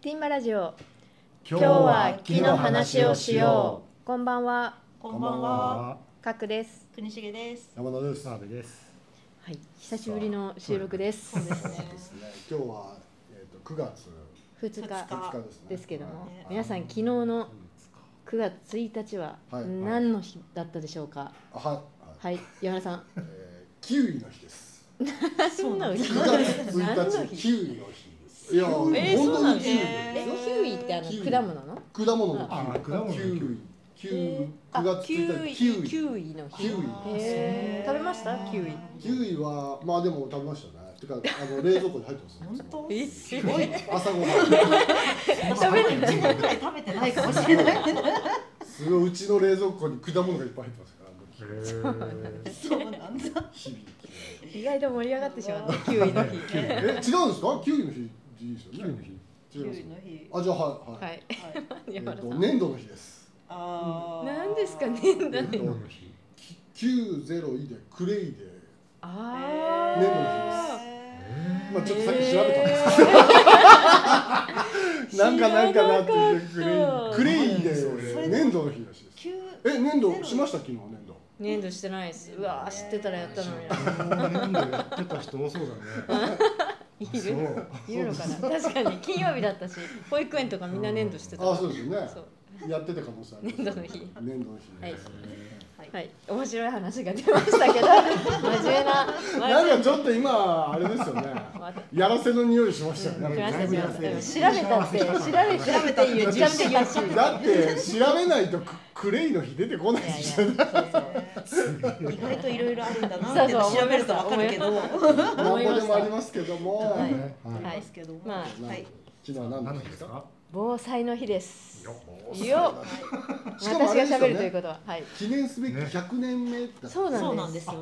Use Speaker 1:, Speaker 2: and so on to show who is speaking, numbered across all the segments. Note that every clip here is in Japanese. Speaker 1: ティンマラジオ今
Speaker 2: 今
Speaker 1: 日は木の話をしようこんばんは
Speaker 3: こんばんは。
Speaker 1: かくです
Speaker 3: 国重です。
Speaker 2: 山田です。
Speaker 4: 澤部です。
Speaker 1: はい久しぶりの収録です
Speaker 3: そうですね。
Speaker 2: ですね。今日はえっ、と9月
Speaker 1: 2日
Speaker 3: あ
Speaker 2: 2日ですね。
Speaker 1: ですけども
Speaker 3: ね
Speaker 1: 皆さん昨日の9月1日は
Speaker 2: はい
Speaker 1: 何の日だったでしょうか
Speaker 2: あはい、はい
Speaker 1: はい山田さん
Speaker 2: えーキウイの日です。
Speaker 3: そうなんです
Speaker 2: 9月1日キウイの日です。いや、
Speaker 3: えー
Speaker 2: 本
Speaker 3: そうな
Speaker 2: 当に
Speaker 3: んだ
Speaker 2: キウイ
Speaker 1: え
Speaker 2: ですよ。
Speaker 1: キウイってあの
Speaker 2: キウイ
Speaker 1: 果物の
Speaker 2: 果物の
Speaker 4: あ
Speaker 2: キ
Speaker 4: 果物
Speaker 2: ウ
Speaker 4: の
Speaker 2: イ。
Speaker 4: キ
Speaker 2: キ
Speaker 4: ウイ
Speaker 2: ウイ。キウ
Speaker 1: え
Speaker 2: イ
Speaker 1: ー
Speaker 2: 9月1日キウイ。
Speaker 1: キウイの日
Speaker 2: キウイ
Speaker 1: へー食べましたキウイ
Speaker 2: キウイはまあでも食べましたね。てかあの冷蔵庫に入ってます、ね。
Speaker 3: 本当。
Speaker 1: え
Speaker 3: すごい。
Speaker 2: 朝ごは
Speaker 3: 食べ一年くらい食べてないかもしれない。
Speaker 2: ん。すごいうちの冷蔵庫に果物がいっぱい入ってますから。あのキウイ
Speaker 3: そうなんだ。
Speaker 2: 日々キウイ
Speaker 1: 意外と盛り上がってしまうねキウイの日
Speaker 2: え違うんですか？キウイの日でいいです
Speaker 4: キ
Speaker 2: よ
Speaker 4: ウイ
Speaker 2: ね
Speaker 4: の。日。
Speaker 2: 違
Speaker 3: キ
Speaker 2: い
Speaker 3: ウ
Speaker 2: ます
Speaker 3: イの日。
Speaker 2: あじゃあはいはい。
Speaker 1: はい
Speaker 2: えっ
Speaker 1: 山田さ
Speaker 2: と
Speaker 1: ん
Speaker 2: 年度の日です。
Speaker 3: ああ。
Speaker 1: 何ですかね
Speaker 2: えっ
Speaker 1: 何
Speaker 2: と
Speaker 4: 今日の日。
Speaker 2: 九ゼロイでクレイで、
Speaker 1: あ
Speaker 2: メ
Speaker 1: あ
Speaker 2: モまあちょっとさっき調べたんです
Speaker 1: えー
Speaker 2: けど、なんかなんかなって言って
Speaker 1: 知らなかった
Speaker 2: クレイクレ
Speaker 3: そ
Speaker 2: イで
Speaker 3: れ
Speaker 2: 年度の日らしいです。
Speaker 3: 九。
Speaker 2: え年度しました昨日年度。
Speaker 1: 粘土してないですうわー知ってたらやったのに
Speaker 4: 年度やってた人多そうだね。
Speaker 1: いるいるのかな確かに金曜日だったし保育園とかみんな粘土してた
Speaker 2: あそうですよね
Speaker 1: そ。う
Speaker 2: やってた可能性ありま
Speaker 1: 年度
Speaker 2: す。
Speaker 1: の日
Speaker 2: 年度の日。
Speaker 1: はい
Speaker 3: はい。
Speaker 1: はい面白い話が出ましたけど真面目な真
Speaker 2: な
Speaker 1: 面
Speaker 2: んかちょっと今あれですよね。やらせの匂いしましたよ
Speaker 1: 目
Speaker 2: ね。
Speaker 1: な
Speaker 4: だいぶ痩せる
Speaker 1: 調べたって調べたっていう調べたし
Speaker 2: だって調べないとククレイの日出てこないでしょ。
Speaker 3: 意外といろいろあるんだなって調べるとわかるけど。
Speaker 2: なんぼでもありますけども。
Speaker 1: はい
Speaker 4: はい。
Speaker 1: はい
Speaker 3: ですけど。
Speaker 1: まあ
Speaker 3: はい。
Speaker 2: 昨日は何
Speaker 4: 何の
Speaker 2: の
Speaker 4: 日
Speaker 2: 日
Speaker 4: で
Speaker 2: ですすか？
Speaker 4: か？
Speaker 1: 防災の日ですいいよ
Speaker 2: しかもあ
Speaker 1: 私
Speaker 2: れ
Speaker 1: が
Speaker 2: ですよね
Speaker 1: 喋るということははい
Speaker 2: 記念すべき
Speaker 4: ね
Speaker 2: 100年目だった、
Speaker 1: そうなんです
Speaker 3: そうなんですよ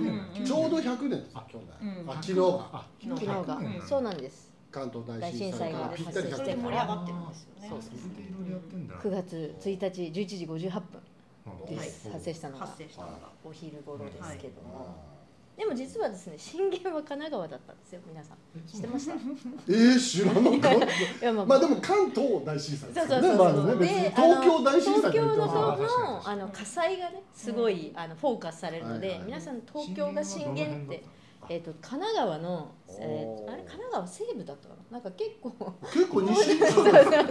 Speaker 3: ね。
Speaker 1: う
Speaker 2: ちょうど100年ですよ去年、
Speaker 3: うん
Speaker 2: あ昨日が
Speaker 4: あ、
Speaker 1: 昨日が
Speaker 4: うん
Speaker 1: そうなんです
Speaker 2: 関東大
Speaker 1: 大震
Speaker 2: 震
Speaker 1: 災
Speaker 2: 災
Speaker 1: が
Speaker 2: が
Speaker 1: 発
Speaker 2: ぴ
Speaker 1: 生して
Speaker 2: ったり
Speaker 1: か
Speaker 3: そ
Speaker 2: 100
Speaker 3: れ
Speaker 1: ら
Speaker 3: で
Speaker 2: 年
Speaker 3: 盛り上がってるんですよね。
Speaker 1: そう
Speaker 4: それでいろいろやってんだ。
Speaker 1: 9月1日11時58分です
Speaker 4: うん
Speaker 1: 発生したのが
Speaker 3: 発生したのが。
Speaker 1: お昼頃ですけども、
Speaker 2: あ
Speaker 1: でも実はですね震源は神奈川だったんですよ皆さん知ってましたい
Speaker 2: ーえー、知らなかっ
Speaker 1: やま
Speaker 2: たまあでも関東大震災で
Speaker 1: そう
Speaker 2: す
Speaker 1: そ
Speaker 2: よ
Speaker 1: う
Speaker 2: ね
Speaker 1: そう
Speaker 2: ま
Speaker 1: そう、
Speaker 2: あね別に
Speaker 1: で
Speaker 2: 東京大震災
Speaker 1: 東京の
Speaker 4: とは
Speaker 1: そ
Speaker 4: 確かに確
Speaker 1: の
Speaker 4: か
Speaker 1: あ
Speaker 4: に
Speaker 1: の火災がねすごいあのフォーカスされるので、
Speaker 2: はいはい
Speaker 1: 皆さん東京が震源って。えー、と神奈川の、え
Speaker 2: お
Speaker 1: ー
Speaker 2: ー
Speaker 1: あれ神奈川西部だったかななんか結 構
Speaker 2: 結構西
Speaker 1: そうそうそうでなの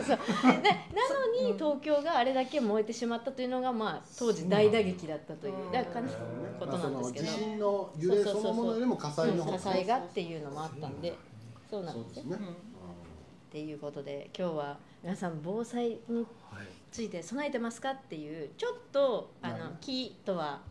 Speaker 1: に東京があれだけ燃えてしまったというのが、まあ、当時大打撃だったという
Speaker 3: うん
Speaker 1: だからかなこ
Speaker 2: ま
Speaker 1: と
Speaker 2: あ
Speaker 1: な
Speaker 2: そ
Speaker 1: んで
Speaker 2: の
Speaker 1: すけ
Speaker 2: 地
Speaker 1: ど、
Speaker 2: 震の揺れそのものよりも火災の
Speaker 1: うん
Speaker 2: 方
Speaker 1: 火
Speaker 2: が
Speaker 1: 災がっていうのもあったんでそうなん
Speaker 2: そう
Speaker 1: です
Speaker 2: で
Speaker 1: よ
Speaker 2: すね、
Speaker 1: っていうことで今日は皆さん防災について備えてますかっていうちょっとあ
Speaker 2: なるほ
Speaker 1: の
Speaker 2: ど
Speaker 1: 木とは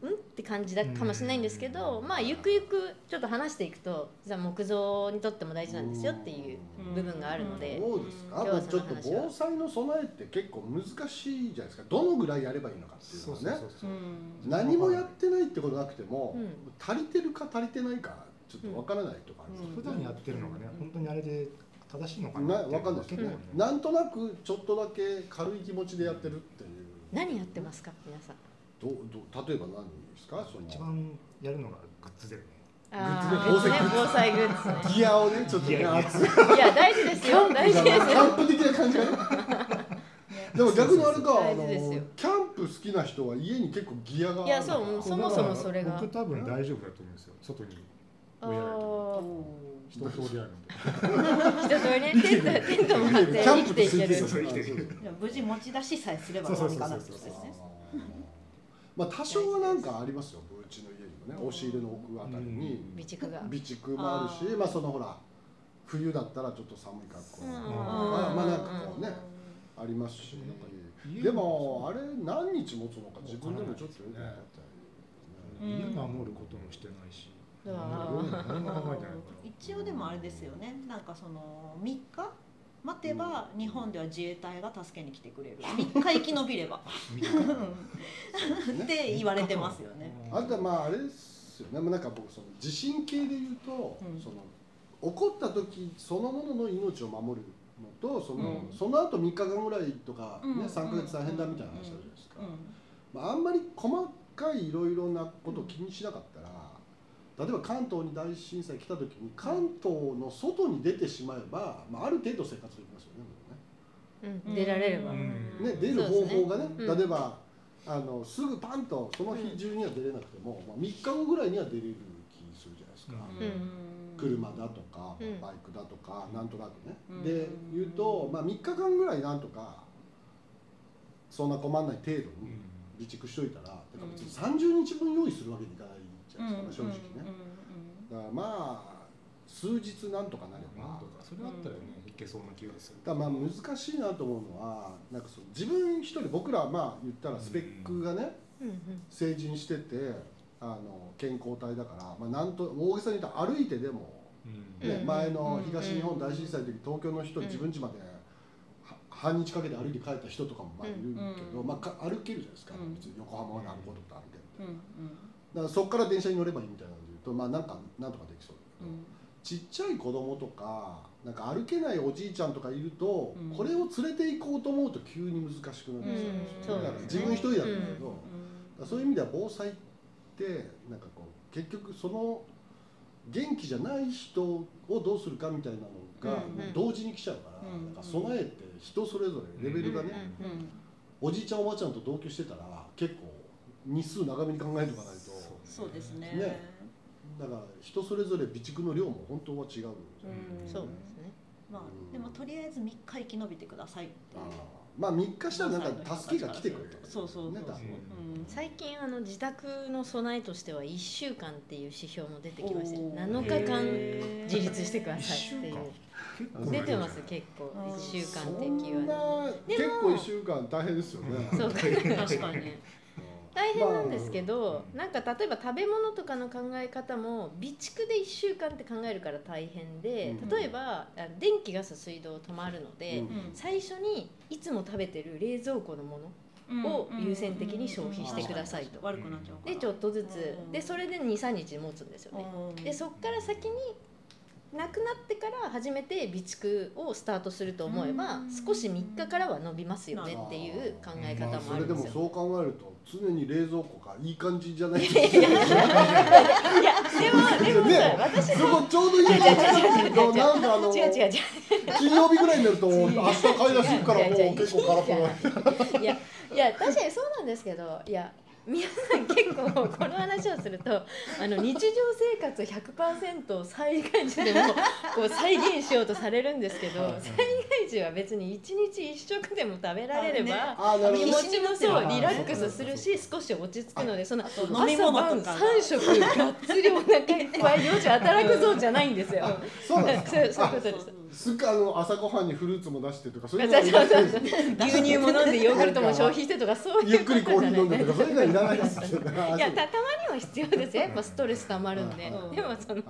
Speaker 1: うんって感じだかもしれないんですけど
Speaker 4: うん
Speaker 1: まあゆくゆくちょっと話していくと実は木造にとっても大事なんですよっていう部分があるので
Speaker 2: どうです
Speaker 1: 今
Speaker 2: かあ
Speaker 1: 日は
Speaker 2: と
Speaker 1: そ
Speaker 2: ちょ
Speaker 1: の
Speaker 2: っと
Speaker 1: 話は
Speaker 2: 防災の備えって結構難しいじゃないですかどのぐらいやればいいのかっていうの
Speaker 4: そう
Speaker 2: は
Speaker 4: そう
Speaker 2: ね
Speaker 4: そう
Speaker 3: う
Speaker 4: そう。
Speaker 3: ん。
Speaker 2: 何もやってないってことなくても、
Speaker 1: うん
Speaker 2: 足りてるか足りてないかちょっとわからないとかあるんですよ、
Speaker 4: 普段やってるのがね、本当にあれで正しいのか
Speaker 2: な
Speaker 4: な。
Speaker 2: わかんないですけど、ねなんとなくちょっとだけ軽い気持ちでやってるっていう
Speaker 1: 何やってますか皆さん
Speaker 2: どうどう例えば何ですかその
Speaker 4: 一番やるのがグッズだよね。
Speaker 1: あ
Speaker 2: グッズね
Speaker 1: ー防災グッズね
Speaker 2: ギアをねちょっとね
Speaker 4: ギア
Speaker 2: 熱い
Speaker 1: いや大事ですよ大事です
Speaker 2: キャンプ的な感じがねでも逆にあれかあ
Speaker 1: 大
Speaker 2: の
Speaker 1: 事
Speaker 2: キ
Speaker 1: ですよ
Speaker 2: ャンプ好きな人は家に結構ギアがある
Speaker 1: いやそうもうそもそもそれが
Speaker 4: 僕多分大丈夫だと思うんですよ。外に
Speaker 1: あ
Speaker 4: 親やると。
Speaker 1: ー
Speaker 4: 一通りあるので。
Speaker 1: 一通りねテントテントも張って生きていけ
Speaker 2: キ
Speaker 1: る
Speaker 2: ャンプ
Speaker 4: そう生きていける
Speaker 2: そうそうそう
Speaker 3: じゃあ無事持ち出しさえすればどうにかなるってことですね。
Speaker 2: まあ多少はなんかありますようちの家にもね押し入れの奥あたりに
Speaker 1: 備蓄が
Speaker 2: 備蓄もあるし
Speaker 3: あー
Speaker 2: まあそのほら冬だったらちょっと寒い格好
Speaker 1: うん
Speaker 2: まあまあなんかこうねありますし
Speaker 4: うん
Speaker 2: でもあれ何日持つのか自分でもちょっとよく分かった
Speaker 3: う
Speaker 2: り
Speaker 3: ん
Speaker 4: 家守ることもしてないし、
Speaker 1: うわー
Speaker 4: 何も考えてないから。
Speaker 3: 一応でもあれですよねなんかその3日待てば日本では自衛隊が助けに来てくれる3日生き延びれば
Speaker 4: 見てない。
Speaker 3: って言われてますよね。
Speaker 2: あとはまああれですよねもうなんか僕その地震系で言うと、
Speaker 3: うん
Speaker 2: その起こった時そのものの命を守るのとその、
Speaker 3: うん
Speaker 2: その後3日間ぐらいとか、ね
Speaker 3: うん
Speaker 2: 3ヶ月大変だみたいな話あるじゃないですか、
Speaker 3: う
Speaker 2: まあ、あんまり細かいいろいろなことを気にしなかったら、例えば関東に大震災来た時に関東の外に出てしまえば、まあ、ある程度生活できますよねもうね。
Speaker 1: うん、出られれば、
Speaker 4: うん
Speaker 2: ね、出る方法がね
Speaker 1: そうですねうん
Speaker 2: 例えば、あのすぐパンとその日中には出れなくても、まあ、3日後ぐらいには出れる気するじゃないですか、
Speaker 4: うん
Speaker 2: 車だとか、
Speaker 1: うん
Speaker 2: バイクだとか、なんとなくね、
Speaker 3: うん
Speaker 2: で言うと、まあ、3日間ぐらいなんとかそんな困んない程度
Speaker 4: う
Speaker 2: に
Speaker 4: ん
Speaker 2: 備蓄しといたら、だから別に
Speaker 3: うん
Speaker 2: 30日分用意するわけにいかないじゃ
Speaker 3: う
Speaker 2: なんい
Speaker 3: うん
Speaker 2: ですか、まあ正直ね、だからまあ数日なんとかなれば、
Speaker 4: なんとかそれあったらねいけそうな気がする
Speaker 2: ただまあ難しいなと思うのはなんかその自分一人僕らはまあ言ったらスペックがね、
Speaker 1: うん
Speaker 2: 成人しててあの健康体だから、まあ、なんと大げさに言うと歩いてでも、
Speaker 4: うん
Speaker 2: ね
Speaker 1: うん
Speaker 2: 前の東日本大震災の時東京の人、自分家までは半日かけて歩いて帰った人とかもまあいるけど、
Speaker 3: うん
Speaker 2: まあ、か歩けるじゃないですか、
Speaker 3: うん
Speaker 2: 別に横浜まで歩くことってあるけど、
Speaker 3: うんうん
Speaker 2: だからそこから電車に乗ればいいみたいなので言うとまあなんかなんとかできそうだけ
Speaker 3: う
Speaker 2: ど、
Speaker 3: ん
Speaker 2: ちっちゃい子供とかなんか歩けないおじいちゃんとかいると、
Speaker 3: うん
Speaker 2: これを連れて行こうと思うと急に難しくなるんですよね、
Speaker 1: うん
Speaker 2: だから
Speaker 1: そうです
Speaker 2: 自
Speaker 1: ね
Speaker 2: 分一人だったんだけど、
Speaker 1: うん
Speaker 2: だからそういう意味では防災ってなんかこう結局その元気じゃない人をどうするかみたいなのが
Speaker 3: うんうん
Speaker 2: 同時に来ちゃうから、
Speaker 3: うん
Speaker 2: なんか備えて人それぞれレベルがね、
Speaker 1: うん
Speaker 3: うん
Speaker 2: おじいちゃんおばあちゃんと同居してたら結構日数長めに考えておかないと
Speaker 3: そうですね
Speaker 2: ねだから人それぞれ備蓄の量も本当は違う
Speaker 1: うん
Speaker 3: うん
Speaker 1: そうですね
Speaker 3: ま
Speaker 2: うん
Speaker 3: あでもとりあえず3日生き延びてくださいっていう
Speaker 2: あーまあ3日したらなんか助けが来てくれる
Speaker 3: そうそうそう
Speaker 2: ね多分
Speaker 3: うん
Speaker 1: 最近あの自宅の備えとしては1週間っていう指標も出てきましたよ
Speaker 3: おー
Speaker 1: 7日間
Speaker 3: へー
Speaker 1: 自立してくださいっていう
Speaker 2: 一週間
Speaker 1: 出てます結構
Speaker 3: うん
Speaker 1: 1週間
Speaker 2: そ
Speaker 1: ってキー
Speaker 2: ん
Speaker 1: ワー
Speaker 2: な結構1週間大変ですよね
Speaker 1: ドそう
Speaker 3: 確かに
Speaker 1: 大変なんですけど、
Speaker 4: うん
Speaker 1: なんか例えば食べ物とかの考え方も備蓄で1週間って考えるから大変で、
Speaker 2: うん
Speaker 1: 例えばあ電気ガス水道止まるので、
Speaker 2: うん
Speaker 1: 最初にいつも食べてる冷蔵庫のものを優先的に消費
Speaker 2: してく
Speaker 1: ださいと
Speaker 3: 悪くなっちゃうから
Speaker 1: でちょっとずつ、
Speaker 3: うん
Speaker 1: でそれで23日持つんですよね、
Speaker 3: うん
Speaker 1: でそっから先になくなってから初めて備蓄をスタートすると思えば、
Speaker 3: うん
Speaker 1: 少し3日からは伸びますよねっていう考え方
Speaker 2: ま
Speaker 1: も
Speaker 2: あそ
Speaker 1: あ
Speaker 2: れ
Speaker 1: るん
Speaker 2: で
Speaker 1: で
Speaker 2: も
Speaker 1: すよ。
Speaker 2: そう考えると常に冷蔵庫がいい感じじゃないと
Speaker 1: いやでもでもさ、
Speaker 2: ね
Speaker 1: 私
Speaker 2: そこちょうどいい感じ
Speaker 1: 違う違う違う違う
Speaker 2: なんかあの
Speaker 1: 違う違う違う
Speaker 2: 金曜日ぐらいになると明日買い出し行くからもう
Speaker 1: 違う違う違う
Speaker 2: 結構空っぽ
Speaker 1: いいじいやいや確かにそうなんですけどいや皆さん結構この話をするとあの日常生活100%を災害時でもこう再現しようとされるんですけど災害時は別に1日1食でも食べられれば、
Speaker 2: あーなる
Speaker 1: 気
Speaker 2: ほ
Speaker 1: 持
Speaker 2: ど
Speaker 1: ちもそうリラックスするし少し落ち着くのでその
Speaker 3: あと飲み
Speaker 1: 朝
Speaker 3: 物
Speaker 1: 晩
Speaker 3: とかが
Speaker 1: 3食がっつりお腹いっぱい4時働くぞじゃないんですよ。
Speaker 2: そうなんです
Speaker 1: そういうこ
Speaker 2: あ
Speaker 1: とです。
Speaker 2: すっかあの朝ごはんにフルーツも出してとかそう
Speaker 1: そ
Speaker 2: いううの
Speaker 1: そうそうそう牛乳も飲んでヨーグルトも消費してとかそうい
Speaker 2: ゆ
Speaker 1: う
Speaker 2: っ
Speaker 1: こ
Speaker 2: く
Speaker 1: とじ
Speaker 2: りコ
Speaker 1: ゃな
Speaker 2: ー
Speaker 1: い
Speaker 2: ヒー飲んでとかそういうのはいらないですよね
Speaker 1: いやたたまには必要ですよやっぱストレスたまるんでで
Speaker 3: う
Speaker 1: も
Speaker 3: ん
Speaker 1: その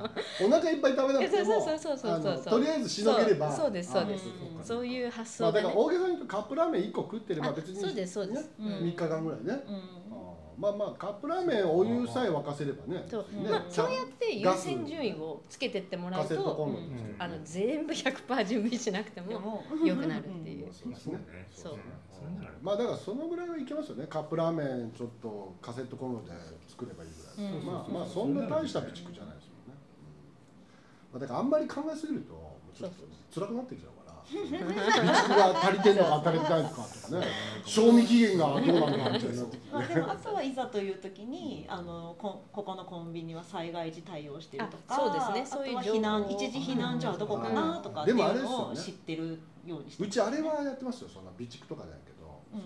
Speaker 2: お腹いっぱい食べなくても
Speaker 1: そうそうそうそう
Speaker 2: あ
Speaker 1: そう
Speaker 2: のとりあえずしのげれば
Speaker 1: そうそうですそうです
Speaker 2: あー
Speaker 1: そういう発
Speaker 2: ま
Speaker 1: 想
Speaker 2: あだ
Speaker 1: で
Speaker 2: か
Speaker 1: ね
Speaker 2: ら大げさに言うとカップラーメン1個食ってれば
Speaker 1: あ
Speaker 2: 別に
Speaker 1: そうですそうです
Speaker 2: ね
Speaker 1: うん
Speaker 2: 3日間ぐらいね
Speaker 3: うん
Speaker 2: あーまあまあカップラーメンお湯さえ沸かせればね
Speaker 1: そう
Speaker 2: ね
Speaker 1: まあ
Speaker 2: ちゃん
Speaker 1: そうやって優先順位をつけてってもら
Speaker 2: ガ
Speaker 1: う
Speaker 2: セットコ
Speaker 1: と
Speaker 2: ンロにして
Speaker 4: うん
Speaker 1: あの全部100%準備しなくて
Speaker 3: で
Speaker 1: も
Speaker 3: も
Speaker 1: 良くなるっていう
Speaker 2: そうです
Speaker 4: そう
Speaker 2: ね
Speaker 4: ね
Speaker 1: そう
Speaker 4: それなら
Speaker 2: まあだからそのぐらいはいけますよねカップラーメンちょっとカセットコンロで作ればいいぐらい、
Speaker 3: うん
Speaker 2: まあまあ
Speaker 4: そ
Speaker 2: そ
Speaker 4: うんそう
Speaker 2: な大した備蓄じゃないですもんね、うんまあ、だからあんまり考えすぎるとちょっと辛くなってきちゃうから備蓄が足りてんのか足りてないのかとかね賞味期限がどうなのかみたいな
Speaker 3: まあでもあとはいざという時にあのこここのコンビニは災害時対応してるとか
Speaker 1: あそうですねそういう
Speaker 3: あとは避難
Speaker 1: 情報
Speaker 3: 一時避難所はどこかなとかって
Speaker 2: で
Speaker 3: いう
Speaker 2: もあれです
Speaker 3: の
Speaker 2: よ
Speaker 3: を
Speaker 2: ね
Speaker 3: 知ってるようにして
Speaker 2: うちあれはやってますよそんな備蓄とかじゃないけど、
Speaker 3: う
Speaker 2: そ
Speaker 3: ん
Speaker 2: の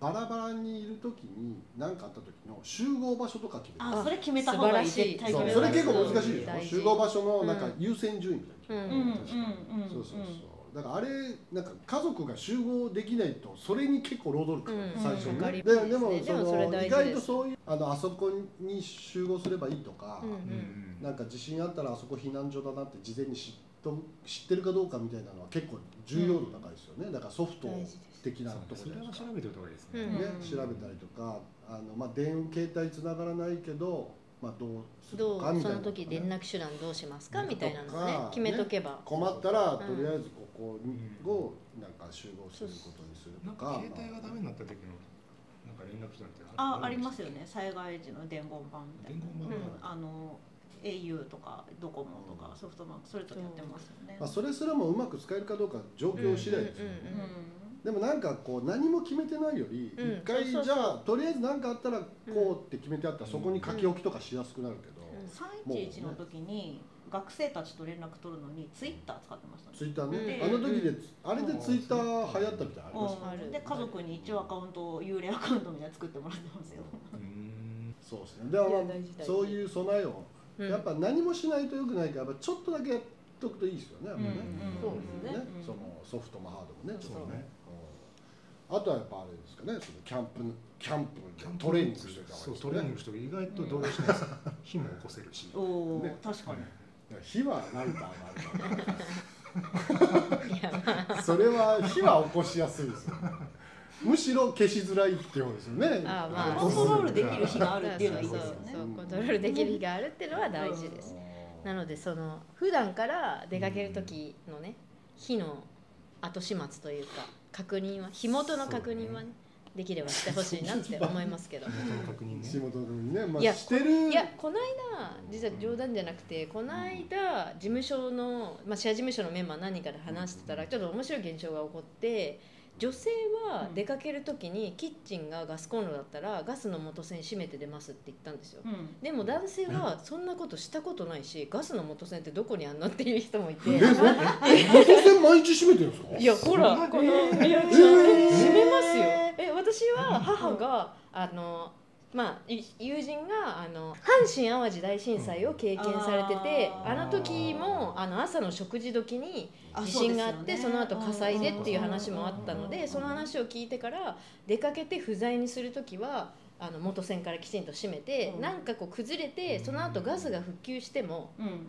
Speaker 2: バラバラにいる時に何かあった時の集合場所とか決めて
Speaker 3: あそれ決めた方がいい
Speaker 1: 素晴らしい
Speaker 3: 絶対
Speaker 2: そ
Speaker 3: 決
Speaker 2: う
Speaker 3: め
Speaker 2: そ
Speaker 3: た方
Speaker 2: れ
Speaker 3: が
Speaker 2: 結構難しいでし
Speaker 1: 大
Speaker 2: ょ
Speaker 1: 事
Speaker 2: 集合場所のなんか優先順位みたいな、
Speaker 1: うん
Speaker 3: うんうん
Speaker 2: 確かに
Speaker 3: うん
Speaker 2: そうそうそうだからあれなんか家族が集合できないとそれに結構労働力
Speaker 1: うん
Speaker 2: 最初に
Speaker 1: かか
Speaker 2: ね
Speaker 1: り
Speaker 2: で
Speaker 1: ますね
Speaker 2: でもそ
Speaker 1: でもそれ
Speaker 2: の
Speaker 1: 大事で
Speaker 2: 意
Speaker 1: す
Speaker 2: 外とそういうあのあそこに集合すればいいとか
Speaker 1: うん
Speaker 4: うん
Speaker 2: なんか地震あったらあそこ避難所だなって事前に知っと知ってるかどうかみたいなのは結構重要度高いですよねだからソフト的なところ
Speaker 4: それは調べておいた方がいいですね
Speaker 1: うん
Speaker 2: ね
Speaker 3: うん
Speaker 2: 調べたりとかあの、まあ、電携帯繋がらないけど、まあ、どうする
Speaker 1: ど
Speaker 2: のかみ
Speaker 1: うそ
Speaker 2: たいな
Speaker 1: の
Speaker 2: とか
Speaker 1: 時
Speaker 2: ね
Speaker 1: 連絡手段どうしますかみたいな
Speaker 2: と
Speaker 1: のね
Speaker 2: か
Speaker 1: 決めとけば、
Speaker 2: 困ったら
Speaker 1: ん
Speaker 2: とりあえずここ
Speaker 4: うん
Speaker 2: をなんか集合することにすると
Speaker 4: なん
Speaker 2: か
Speaker 4: か携帯がダメになった時のなんか連絡手段って
Speaker 3: あありますよね
Speaker 4: ね
Speaker 3: 災害時の伝言板みたい
Speaker 4: 伝言
Speaker 3: な、
Speaker 4: 板
Speaker 3: うん、あ
Speaker 4: が
Speaker 3: の au とかドコモとかソフトバンクそれぞれやってますよね。
Speaker 2: まあ、それすらもうまく使えるかどうか状況次第ですよね、
Speaker 1: うんうんうんうん
Speaker 2: でもなんかこう何も決めてないより一、
Speaker 1: うん
Speaker 2: 回じ
Speaker 1: そ
Speaker 2: ゃ
Speaker 1: う
Speaker 2: あ
Speaker 1: そうそう
Speaker 2: とりあえず何かあったらこうって決めてあったら、
Speaker 4: うん
Speaker 2: そこに書き置きとかしやすくなるけど、
Speaker 1: うん
Speaker 3: 311の時に学生たちと連絡取るのにツイッター使ってましたね
Speaker 2: ツイッターね、
Speaker 1: うん
Speaker 2: あの時であれでツイッター流行ったみたいなのありました、
Speaker 1: ある
Speaker 3: で家族に一応アカウントを幽霊アカウントみたいなの作ってもらってますよ
Speaker 4: うん
Speaker 2: そうですねでも、まあ
Speaker 1: いや大事大事
Speaker 2: そういう備えを、
Speaker 1: うん
Speaker 2: やっぱ何もしないとよくないからやっぱちょっとだけやっとくといいですよねやっぱね、
Speaker 4: うんそう
Speaker 1: ですね
Speaker 3: うん
Speaker 2: そのソフトもハードもねちょっと
Speaker 4: そう
Speaker 2: ね
Speaker 4: ね、
Speaker 2: うんあとはやっぱあれですかねそのキャンプキャンプ
Speaker 4: キャンプ
Speaker 2: トレーニングしてた
Speaker 4: そ
Speaker 2: 方
Speaker 4: うトレ
Speaker 2: が
Speaker 4: ー
Speaker 2: い
Speaker 4: ニ
Speaker 2: い
Speaker 4: ン
Speaker 2: で
Speaker 4: グ
Speaker 2: す
Speaker 4: して意外と同情しないです火も起こせるし
Speaker 3: おおー、
Speaker 2: ね
Speaker 3: 確かに、
Speaker 2: よね火はライターがあるか
Speaker 1: いやまあ
Speaker 2: らそれは火は起こしやすいですよねむしろ消しづらいってことですよね
Speaker 1: ああまあ
Speaker 3: コントロールできる日があ
Speaker 1: そう
Speaker 3: るっていうのはいいですよね
Speaker 1: そうそうコントロールできる日があるっていうのは大事です、なのでその普段から出かける時のね火の後始末というか確認は火元の確認はねできればしてほしいなって思いますけど
Speaker 4: その確認
Speaker 2: 仕
Speaker 4: ね
Speaker 2: 事の時にね、ま
Speaker 1: い
Speaker 2: あ、
Speaker 1: や
Speaker 2: してる
Speaker 1: いやこの間実は冗談じゃなくてこの間事務所の、まあ、シェア事務所のメンバー何人かで話してたらちょっと面白い現象が起こって女性は出かける時にキッチンがガスコンロだったらガスの元栓閉めて出ますって言ったんですよ。
Speaker 3: うん
Speaker 1: でも男性はそんなことしたことないしガスの元栓ってどこにあんのっていう人もいて
Speaker 2: えそれ元栓毎日閉めてるんですか
Speaker 1: いやほらこのリアクションえ閉めますよえ私は母があのまあい友人があの阪神・淡路大震災を経験されてて
Speaker 3: あ
Speaker 1: あ
Speaker 4: ー
Speaker 1: の時もあの朝の食事時に地震があってそ,、の後火災でっていう話もあったのでその話を聞いてから出かけて不在にする時はあの元栓からきちんと閉めて、
Speaker 3: うん
Speaker 1: なんかこう崩れてその後ガスが復旧しても
Speaker 3: うん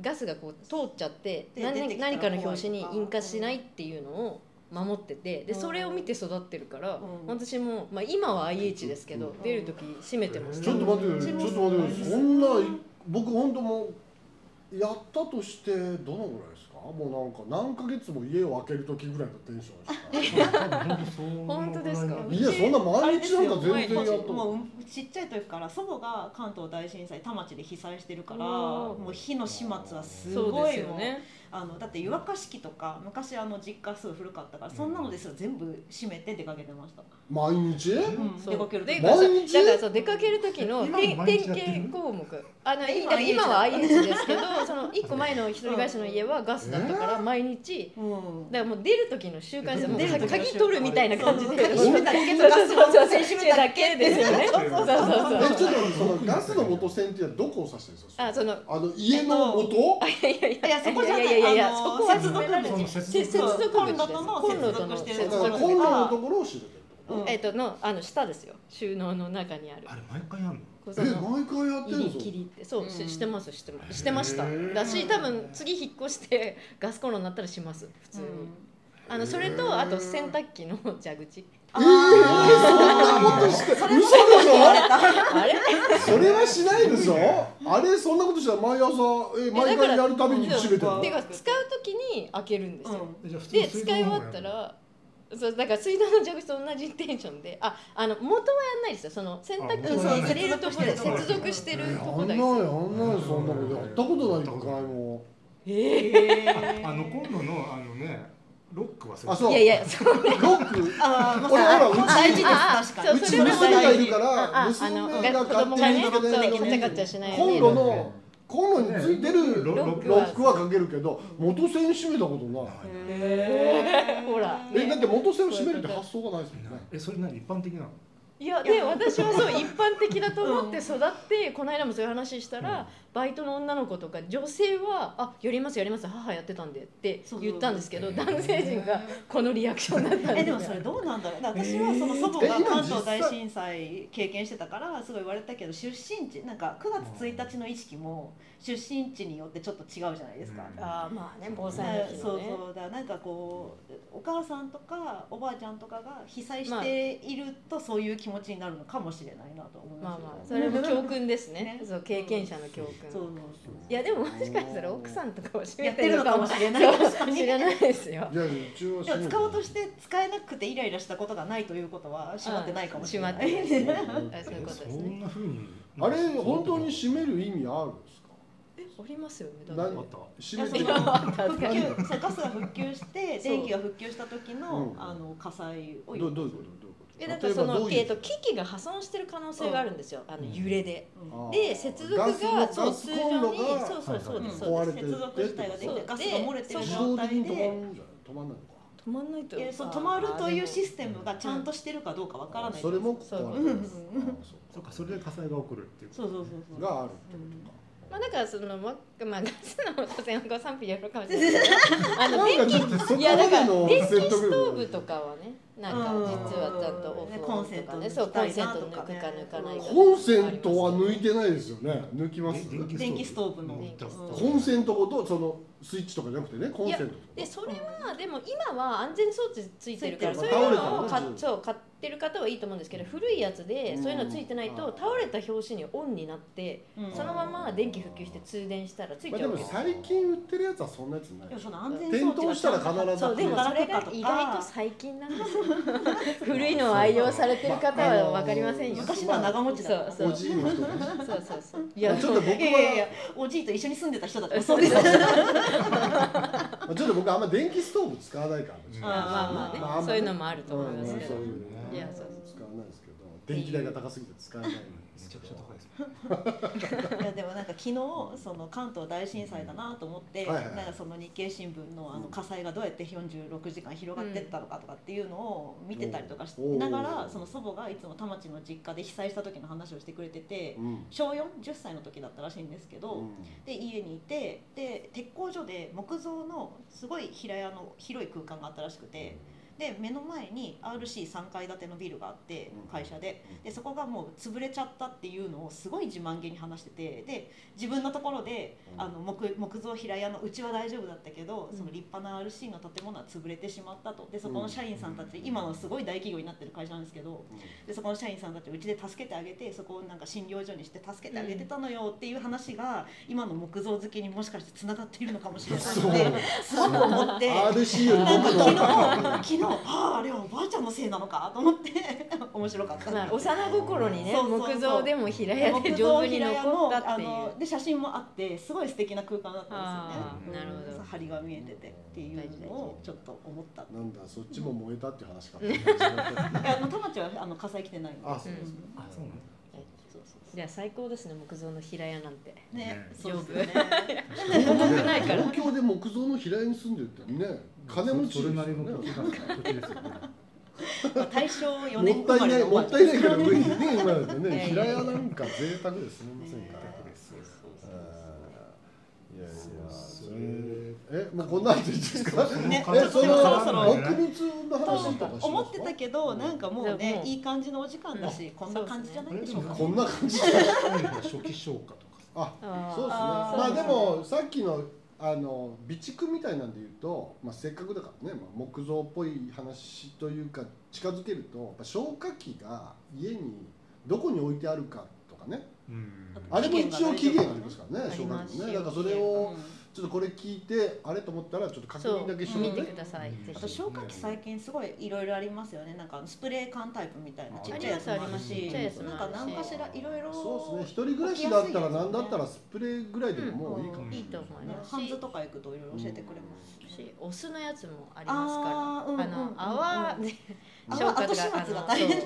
Speaker 1: ガスがこう通っちゃって
Speaker 3: で出
Speaker 1: 何
Speaker 3: てきたら
Speaker 1: 何かの拍子に
Speaker 3: 怖いとか
Speaker 1: 引火しないっていうのを守っててで
Speaker 3: うん
Speaker 1: それを見て育ってるから、
Speaker 3: うん
Speaker 1: 私も、まあ、今は IH ですけど、
Speaker 2: うん
Speaker 1: 出る時閉めてました、
Speaker 2: ちょっと待って
Speaker 3: う
Speaker 2: よ
Speaker 3: ん
Speaker 2: ちょっと待ってよそんな僕本当もうやったとしてどのぐらいですかもうなんか何ヶ月も家を開ける時ぐらいのテンション でし
Speaker 4: 多分本
Speaker 1: 本当ですか
Speaker 2: たいやそんな毎日なんか全然やっ
Speaker 1: う
Speaker 2: と
Speaker 3: もうちっちゃい時から祖母が関東大震災田町で被災してるから
Speaker 1: おー
Speaker 3: もう火の始末はす
Speaker 1: そう
Speaker 3: ご
Speaker 1: です
Speaker 3: い
Speaker 1: よ
Speaker 3: もう
Speaker 1: ね
Speaker 3: あのだって湯沸かし器とか昔あの実家すぐ古かったからそんなのですら全部閉めて出かけてました、
Speaker 2: 毎日
Speaker 3: うん
Speaker 1: そう
Speaker 3: 出かける
Speaker 1: で
Speaker 3: 時
Speaker 1: だから
Speaker 2: 毎日
Speaker 1: だからそう出かける時の
Speaker 4: 今も
Speaker 1: 点
Speaker 4: 毎日やってる
Speaker 1: 点検項目あの
Speaker 3: 今
Speaker 1: 今今は IH ですけどその1個前の一人会社の家はガスだったから毎日
Speaker 3: うん
Speaker 1: だからもう出る時の習慣ですもう
Speaker 3: 出る時の習慣
Speaker 1: 鍵取るみたいな感じで
Speaker 3: そう鍵閉めたら
Speaker 1: そうそうそうそうそう閉めただけですよね
Speaker 4: そうそうそ
Speaker 1: そうそ
Speaker 4: う
Speaker 1: う
Speaker 2: え
Speaker 1: そう
Speaker 2: ちょっとそのガスの元栓っていうのはどこを指してるんですか
Speaker 1: あその
Speaker 2: あの家の元
Speaker 1: いやいやいや
Speaker 3: いやそこじゃな
Speaker 1: い
Speaker 3: い
Speaker 1: やいやいや
Speaker 3: あの
Speaker 1: そこは
Speaker 3: 接続部
Speaker 4: その接
Speaker 1: 接
Speaker 4: 続
Speaker 1: 接続口
Speaker 3: そう
Speaker 1: です
Speaker 3: コンロとの
Speaker 1: コンロとの
Speaker 3: 接続し
Speaker 2: だ
Speaker 3: て
Speaker 1: 接
Speaker 3: る
Speaker 2: か
Speaker 1: 続
Speaker 2: ら
Speaker 1: 口
Speaker 2: コンロのところを知るってこ
Speaker 3: うん
Speaker 1: えっとのあの下ですよ収納の中にある
Speaker 4: あれ毎回やんの
Speaker 1: こう
Speaker 2: と
Speaker 1: そ
Speaker 2: え
Speaker 1: の
Speaker 2: 毎回やってる
Speaker 1: 入り
Speaker 2: んで
Speaker 1: 切
Speaker 2: すか
Speaker 1: りってそう、
Speaker 3: う
Speaker 1: し
Speaker 3: ん
Speaker 1: してますしてますしてましただし多分次引っ越してガスコンロになったらします普通に、あのそれとあと洗濯機の 蛇口
Speaker 3: あ
Speaker 2: えー
Speaker 3: ー
Speaker 2: そんなことして嘘でし
Speaker 3: 言わ
Speaker 2: ょ
Speaker 3: れた
Speaker 1: あれ
Speaker 2: それはしないでしょあれそんなことしたら毎朝え毎回やるたびに閉めてる
Speaker 3: あ
Speaker 1: て
Speaker 2: の
Speaker 1: いうか使う時に開けるんですよ、
Speaker 3: うん
Speaker 4: じゃあ普通
Speaker 1: で
Speaker 4: に
Speaker 1: 使
Speaker 4: 水
Speaker 1: い
Speaker 4: 道
Speaker 1: 終
Speaker 4: の方
Speaker 1: わ
Speaker 4: がやるの
Speaker 1: ったらそうだから水道の蛇口と同じテンションでああの元はやんないですよその洗濯機に入れるところで接続してる
Speaker 2: え
Speaker 1: と
Speaker 2: や
Speaker 1: ころ
Speaker 2: んな
Speaker 1: だ
Speaker 2: いやんない
Speaker 1: け
Speaker 2: そんなことやったことない一回も
Speaker 1: え
Speaker 4: ああのコンロのあのねロック忘れて
Speaker 2: あそう
Speaker 1: ー、いやいやそう
Speaker 2: ロック
Speaker 3: あーま
Speaker 2: 俺
Speaker 3: あ
Speaker 2: ほらうち
Speaker 3: 大事
Speaker 1: ああ
Speaker 3: です確か
Speaker 1: そう
Speaker 3: に
Speaker 2: ち
Speaker 1: れは
Speaker 2: 娘がいるか
Speaker 1: あ
Speaker 2: ら
Speaker 1: ああの
Speaker 2: 娘が
Speaker 1: 子供が
Speaker 2: 勝手
Speaker 1: ねガ
Speaker 2: に入
Speaker 1: チ
Speaker 2: れて
Speaker 1: ャガチャ
Speaker 2: る
Speaker 1: しないよう
Speaker 2: コ
Speaker 1: に
Speaker 2: ンロのコンロについてるロ
Speaker 4: ロ
Speaker 1: ックは
Speaker 2: ックはかけるけど元栓閉めたことない
Speaker 1: へーほら
Speaker 2: えだって元栓を閉めるって発想がないですもんね
Speaker 4: えそれ何一般的なの
Speaker 1: いや
Speaker 3: い
Speaker 1: で
Speaker 3: や
Speaker 1: 私はそう一般的だと思って
Speaker 3: う
Speaker 1: 育ってこの間もそういう話したら、
Speaker 4: うん
Speaker 1: バイトの女の子とか女性は「あやりますやります母やってたんで」って言ったんですけど
Speaker 4: そうそう
Speaker 1: 男性陣がこのリアクションだったん
Speaker 3: え
Speaker 1: で
Speaker 3: でもそれどうなんだろう私はその祖母
Speaker 2: えー
Speaker 3: が
Speaker 2: え今
Speaker 3: 関
Speaker 2: 実際
Speaker 3: 東大震災経験してたからすごい言われたけど出身地なんか9月1日の意識も出身地によってちょっと違うじゃないですか、
Speaker 4: うん
Speaker 1: あーまあね防災
Speaker 3: ね
Speaker 1: の日
Speaker 3: そ
Speaker 1: の
Speaker 3: う
Speaker 1: ね
Speaker 3: そうだからなんかこうお母さんとかおばあちゃんとかが被災しているとそういう気持ちになるのかもしれないなと思い
Speaker 1: まあ
Speaker 3: ます
Speaker 1: まあそれも教訓ですね
Speaker 3: ね
Speaker 1: そう経験者の教
Speaker 3: そう
Speaker 1: 訓
Speaker 3: そう
Speaker 1: いやでももしかしたら奥さんとかは閉
Speaker 3: や
Speaker 1: め
Speaker 3: って
Speaker 1: てる
Speaker 3: る
Speaker 1: のか
Speaker 3: のか
Speaker 1: も
Speaker 3: も
Speaker 1: し
Speaker 3: しれ
Speaker 1: れな
Speaker 3: ない確か
Speaker 1: い
Speaker 3: に
Speaker 1: 知らないですよ
Speaker 2: いやうちは
Speaker 3: で
Speaker 2: 閉め
Speaker 3: も
Speaker 2: て
Speaker 3: 使お うとして使えなくてイライラしたことがないということは閉まってないかもしれない、
Speaker 1: うん閉まってないあそういうことです
Speaker 4: そ
Speaker 1: ね
Speaker 4: んな風に
Speaker 2: あれ本当に閉める意味あるんですか
Speaker 1: ありますよねだって
Speaker 2: 何
Speaker 4: あった
Speaker 2: 知り合い
Speaker 3: い
Speaker 1: い
Speaker 3: や
Speaker 1: や
Speaker 3: そ
Speaker 1: あったあっ
Speaker 3: 復
Speaker 1: た
Speaker 2: 何
Speaker 3: 旧そうガスが復旧して
Speaker 1: そう
Speaker 3: 電気が復旧した時の、
Speaker 2: うん
Speaker 3: あの火災を
Speaker 2: どどういうことどういうこと
Speaker 1: えだからその、
Speaker 2: 例
Speaker 1: え
Speaker 2: え
Speaker 1: っと
Speaker 2: ばどういう
Speaker 1: 機器が破損してる可能性があるんですよあの
Speaker 4: うん
Speaker 1: 揺れで。
Speaker 3: うん
Speaker 2: あー
Speaker 1: で接続が
Speaker 2: ガスの
Speaker 1: そう
Speaker 2: ガスコンロ
Speaker 1: 通常に
Speaker 2: が
Speaker 1: そうそうそう
Speaker 4: はいはい
Speaker 1: で
Speaker 4: はい
Speaker 1: すそう
Speaker 2: 壊
Speaker 1: です
Speaker 2: れて
Speaker 3: 接続自体ができ
Speaker 1: そう
Speaker 3: て
Speaker 1: で
Speaker 3: ガスが漏れてる
Speaker 2: 自
Speaker 3: 状
Speaker 2: 動
Speaker 3: 態
Speaker 2: 的
Speaker 3: で
Speaker 2: に止まるんじゃない止まんないのか
Speaker 1: 止まんないと
Speaker 3: いやそう止まるというシステムがちゃんと
Speaker 1: し
Speaker 3: してるかどうかわからない
Speaker 2: それも
Speaker 1: そう
Speaker 2: 壊れてる
Speaker 3: うん
Speaker 2: あ
Speaker 4: そ
Speaker 2: そう
Speaker 4: かそれで火災が起こるっていう
Speaker 3: そうそうそうそう
Speaker 2: があるってことか、
Speaker 1: まあだからそのままあガスの当然ご賛否やるかもしれない けどあの電
Speaker 2: なん
Speaker 1: 気
Speaker 2: かちょっとそこ
Speaker 1: いやだから
Speaker 2: ま
Speaker 1: 電
Speaker 2: で
Speaker 1: 気
Speaker 2: の説得
Speaker 1: ス
Speaker 2: 力
Speaker 1: トーブとかはねなんか実はちゃんとオフ
Speaker 3: うん
Speaker 1: オンとかねそうコ
Speaker 3: コ
Speaker 1: ン
Speaker 3: ン
Speaker 1: セ
Speaker 3: セ
Speaker 1: ン
Speaker 3: ン
Speaker 1: ト
Speaker 3: ト
Speaker 1: 抜
Speaker 3: 抜
Speaker 1: く
Speaker 3: きたいなとかね
Speaker 1: か抜かないか
Speaker 2: コンセントは抜いてないですよね抜きます
Speaker 4: 電気
Speaker 3: 電気ストーブの
Speaker 4: 電気ストーブ
Speaker 2: コンセントごとそのスイッチとかじゃなくてねコンセントとか
Speaker 1: でそれはでも今は安全装置ついてるからそ
Speaker 3: つ
Speaker 1: う
Speaker 3: い
Speaker 1: い
Speaker 3: てる
Speaker 1: うのを
Speaker 2: 倒
Speaker 1: 買
Speaker 2: れた
Speaker 1: っ
Speaker 2: ら
Speaker 1: そう買ってる方はいいと思うんですけど古いやつでそういうのついてないと
Speaker 2: うん
Speaker 1: 倒れた拍子にオンになって
Speaker 3: うん
Speaker 1: そのまま電気復旧して通電したらつい
Speaker 2: まあ
Speaker 1: ち
Speaker 2: で
Speaker 1: ゃう
Speaker 2: も
Speaker 1: わけです
Speaker 2: 最近売ってるやつはそんなやつない
Speaker 3: でもその安全装置
Speaker 2: 転倒したら必ず
Speaker 1: そうでもそれが意外と最近なんですよ 古いのを愛用されてる方は分かりませんよ
Speaker 3: 昔のは長持ちだから
Speaker 1: そう
Speaker 2: おじいの人ね
Speaker 1: そうそうそう い
Speaker 2: ちょ
Speaker 1: や
Speaker 2: っと僕
Speaker 3: いやいやいや
Speaker 2: は
Speaker 3: おじいと一緒に住んでた人だってそうですよね
Speaker 2: ちょっと僕はあんま電気ストーブ使わないから
Speaker 4: うん
Speaker 1: まあまあまあね、
Speaker 2: ん
Speaker 1: そういうのもあると思いますけど、
Speaker 2: うんそういうのね
Speaker 1: いやそう
Speaker 2: 使わないですけど電気代が高すぎて使えないんですけど
Speaker 4: す
Speaker 3: いやでもなんか昨日その関東大震災だなと思って、
Speaker 2: はいはいはい
Speaker 3: なんかその日経新聞のあの火災がどうやって46時間広がってったのかとかっていうのを見てたりとかし
Speaker 2: うん
Speaker 3: ながら、
Speaker 2: おー
Speaker 3: その祖母がいつも田町の実家で被災した時の話をしてくれてて、
Speaker 2: うん
Speaker 3: 小4 10歳の時だったらしいんですけど、
Speaker 2: う
Speaker 3: で家にいてで鉄工所で木造のすごい平屋の広い空間があったらしくてで目の前に RC3 階建てのビルがあって
Speaker 2: うん
Speaker 3: 会社で
Speaker 2: ん
Speaker 3: でそこがもう潰れちゃったっていうのをすごい自慢げに話しててで自分のところで
Speaker 2: うん
Speaker 3: あの木木造平屋のうちは大丈夫だったけど
Speaker 1: うん
Speaker 3: その立派な RC の建物は潰れてしまったとでそこの社員さんたち今のすごい大企業になってる会社なんですけどでそこの社員さんたちうちで助けてあげてそこをなんか診療所にして助けてあげてたのよっていう話が今の木造好きにもしかしてつながっているのかもしれない
Speaker 2: そう
Speaker 3: ってすごく思って。
Speaker 2: RC より
Speaker 3: なんか
Speaker 2: 僕
Speaker 3: 昨
Speaker 2: の
Speaker 3: 日昨日あああれはおばあちゃんのせいなのかと思って 面白かった。
Speaker 1: まあ、幼心にね
Speaker 3: そうそうそう
Speaker 1: 木造でも平屋で丈夫に残ったっていう
Speaker 3: 木造平屋のあので写真もあってすごい素敵な空間だったん
Speaker 1: あ
Speaker 3: ですよね。
Speaker 1: あなる
Speaker 3: そう
Speaker 1: ほ
Speaker 3: 針が見えててっていうのをちょっと思った。い
Speaker 2: なんだそっちも燃えたっていう話かな
Speaker 3: やもう田町はあの火災来てないので。
Speaker 2: あそう
Speaker 3: うん
Speaker 1: です
Speaker 4: あそうなんだ
Speaker 3: そうそうそ
Speaker 1: どいや最高ですね木造の平屋なんて
Speaker 3: うね
Speaker 4: ね、
Speaker 3: そうですよね。
Speaker 1: 高くないから
Speaker 2: 東京で木造の平屋に住んでるってね金持ちで
Speaker 4: そ
Speaker 2: す
Speaker 4: れ
Speaker 2: よ
Speaker 4: なり
Speaker 2: ね
Speaker 4: の時代ですよね
Speaker 3: まあ大正四
Speaker 2: も
Speaker 3: 年
Speaker 2: ったいないもったいないから上にね今だと
Speaker 1: い
Speaker 2: ね
Speaker 1: やいやいや
Speaker 2: 平屋なんか贅沢で済みません
Speaker 3: ね
Speaker 2: から
Speaker 3: そうそう
Speaker 2: あー
Speaker 3: そう
Speaker 2: いやいや
Speaker 4: そ
Speaker 2: そう れえもうこんなんでいいですか
Speaker 3: ね
Speaker 2: えその
Speaker 3: そろそろ
Speaker 2: 奥密の話とかしますか
Speaker 3: 思ってたけどなんかもう
Speaker 1: じゃあ
Speaker 3: ね
Speaker 1: もう
Speaker 3: いい感じのお時間だし、こんな感じじゃないでしょうか、
Speaker 2: こんな感じで
Speaker 4: 初期消火とか
Speaker 2: あ
Speaker 1: あ
Speaker 2: そうですね
Speaker 3: あー
Speaker 2: まあでもさっきのあの備蓄みたいなんで言うと、まあ、せっかくだからね、まあ、木造っぽい話というか近づけるとやっぱ消火器が家にどこに置いてあるかとかね
Speaker 4: うん
Speaker 2: あれも一応期限ありますからね
Speaker 1: あり
Speaker 2: 消火
Speaker 1: ます
Speaker 2: 器もねだからそれを
Speaker 3: うん
Speaker 2: ちょっとこれ聞いてあれと思ったらちょっと確認だけし
Speaker 1: そ
Speaker 2: て
Speaker 1: う
Speaker 2: もら
Speaker 1: 見
Speaker 2: って
Speaker 1: く
Speaker 2: て
Speaker 1: ださいぜ
Speaker 3: あ
Speaker 1: ひ
Speaker 3: と消火器最近すごいいろいろありますよねなんかあのスプレー缶タイプみたいな
Speaker 4: あ
Speaker 3: ちっちゃいやつもあるし
Speaker 4: ありますあります
Speaker 3: なんか何かしらいろいろ
Speaker 2: そうですね一人暮らしだったら何だったらスプレーぐらいでももういいかも、
Speaker 4: うん
Speaker 1: いいと思い
Speaker 3: ね
Speaker 1: ます
Speaker 3: ハンズとか行くといろいろ教えてくれます
Speaker 1: しお酢のやつもありま
Speaker 3: あーう
Speaker 1: す
Speaker 3: ん
Speaker 1: からあ
Speaker 3: うんうん
Speaker 1: の泡で
Speaker 3: 泡
Speaker 1: 消火
Speaker 3: 後始末
Speaker 1: があ
Speaker 3: が
Speaker 1: の
Speaker 3: 大変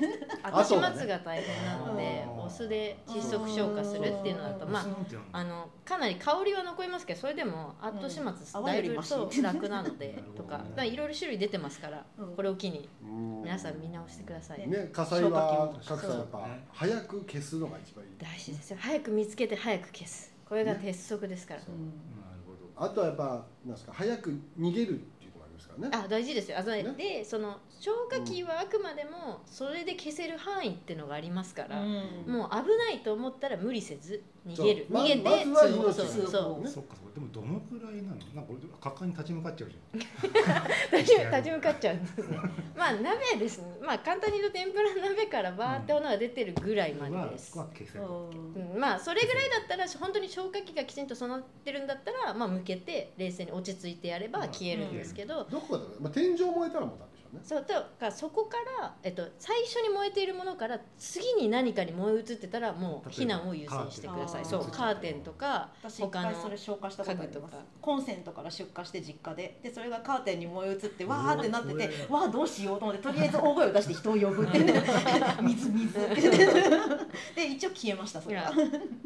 Speaker 1: そう後始末が大変なので
Speaker 4: うん
Speaker 1: お酢で窒息消火するっていうのだとまああのかなり香りは残りますけどそれでも後始末
Speaker 3: うん
Speaker 1: だい
Speaker 3: 泡より
Speaker 1: ぶ
Speaker 3: マシ
Speaker 1: そう楽なので
Speaker 4: なるほどね
Speaker 1: とかまあいろいろ種類出てますから
Speaker 3: うん
Speaker 1: これを機に
Speaker 2: うん
Speaker 1: 皆さん見直してください
Speaker 2: ね火災は各
Speaker 4: 消火器も
Speaker 2: 社やっぱ早く消すのが一番いい
Speaker 1: 大事ですよ早く見つけて早く消すこれが鉄則ですから
Speaker 2: ね
Speaker 3: うん
Speaker 2: あとはやっぱなんですか早く逃げるっていうのもありますからね。
Speaker 1: あ大事ですよあそれ
Speaker 2: ね
Speaker 1: でその消火器はあくまでもそれで消せる範囲っていうのがありますからも
Speaker 3: うん
Speaker 1: う危ないと思ったら無理せず逃げる
Speaker 2: そうま
Speaker 1: 逃げて
Speaker 2: まずは
Speaker 1: 通報
Speaker 2: 命
Speaker 1: そうそ
Speaker 2: を
Speaker 1: うそう
Speaker 4: そっかそっかでもどのくらいなのなんか俺果敢に立ち向かっちゃうじゃん
Speaker 1: 立ち立ち向かっちゃうんですね。まあ鍋です、ね。まあ簡単に言うと天ぷら鍋からバーって炎が出てるぐらいま
Speaker 4: は
Speaker 1: でです。
Speaker 4: 消せる
Speaker 3: うん
Speaker 1: うんまあそれぐらいだったら本当に消火器がきちんと備わってるんだったらまあ向けて冷静に落ち着いてやれば消えるんですけど、
Speaker 2: どこかで、まあ、天井燃えたらもうダメでしょうね
Speaker 1: そうだからそこから、えっと、最初に燃えているものから次に何かに燃え移ってたらもう
Speaker 4: 例えば
Speaker 1: 避難を優先してください
Speaker 3: カ
Speaker 1: そ
Speaker 3: ーテンと
Speaker 1: う
Speaker 3: か
Speaker 1: カーテンとか
Speaker 3: 私一
Speaker 1: 他の
Speaker 3: 回それ消火したことあります
Speaker 1: 家具とか
Speaker 3: コンセントから出火して実家ででそれがカーテンに燃え移ってわーってなってて
Speaker 4: う
Speaker 3: わーどうしようと思ってとりあえず大声を出して人を呼ぶってね水水ってで一応消えましたそ
Speaker 1: い
Speaker 3: れは
Speaker 1: や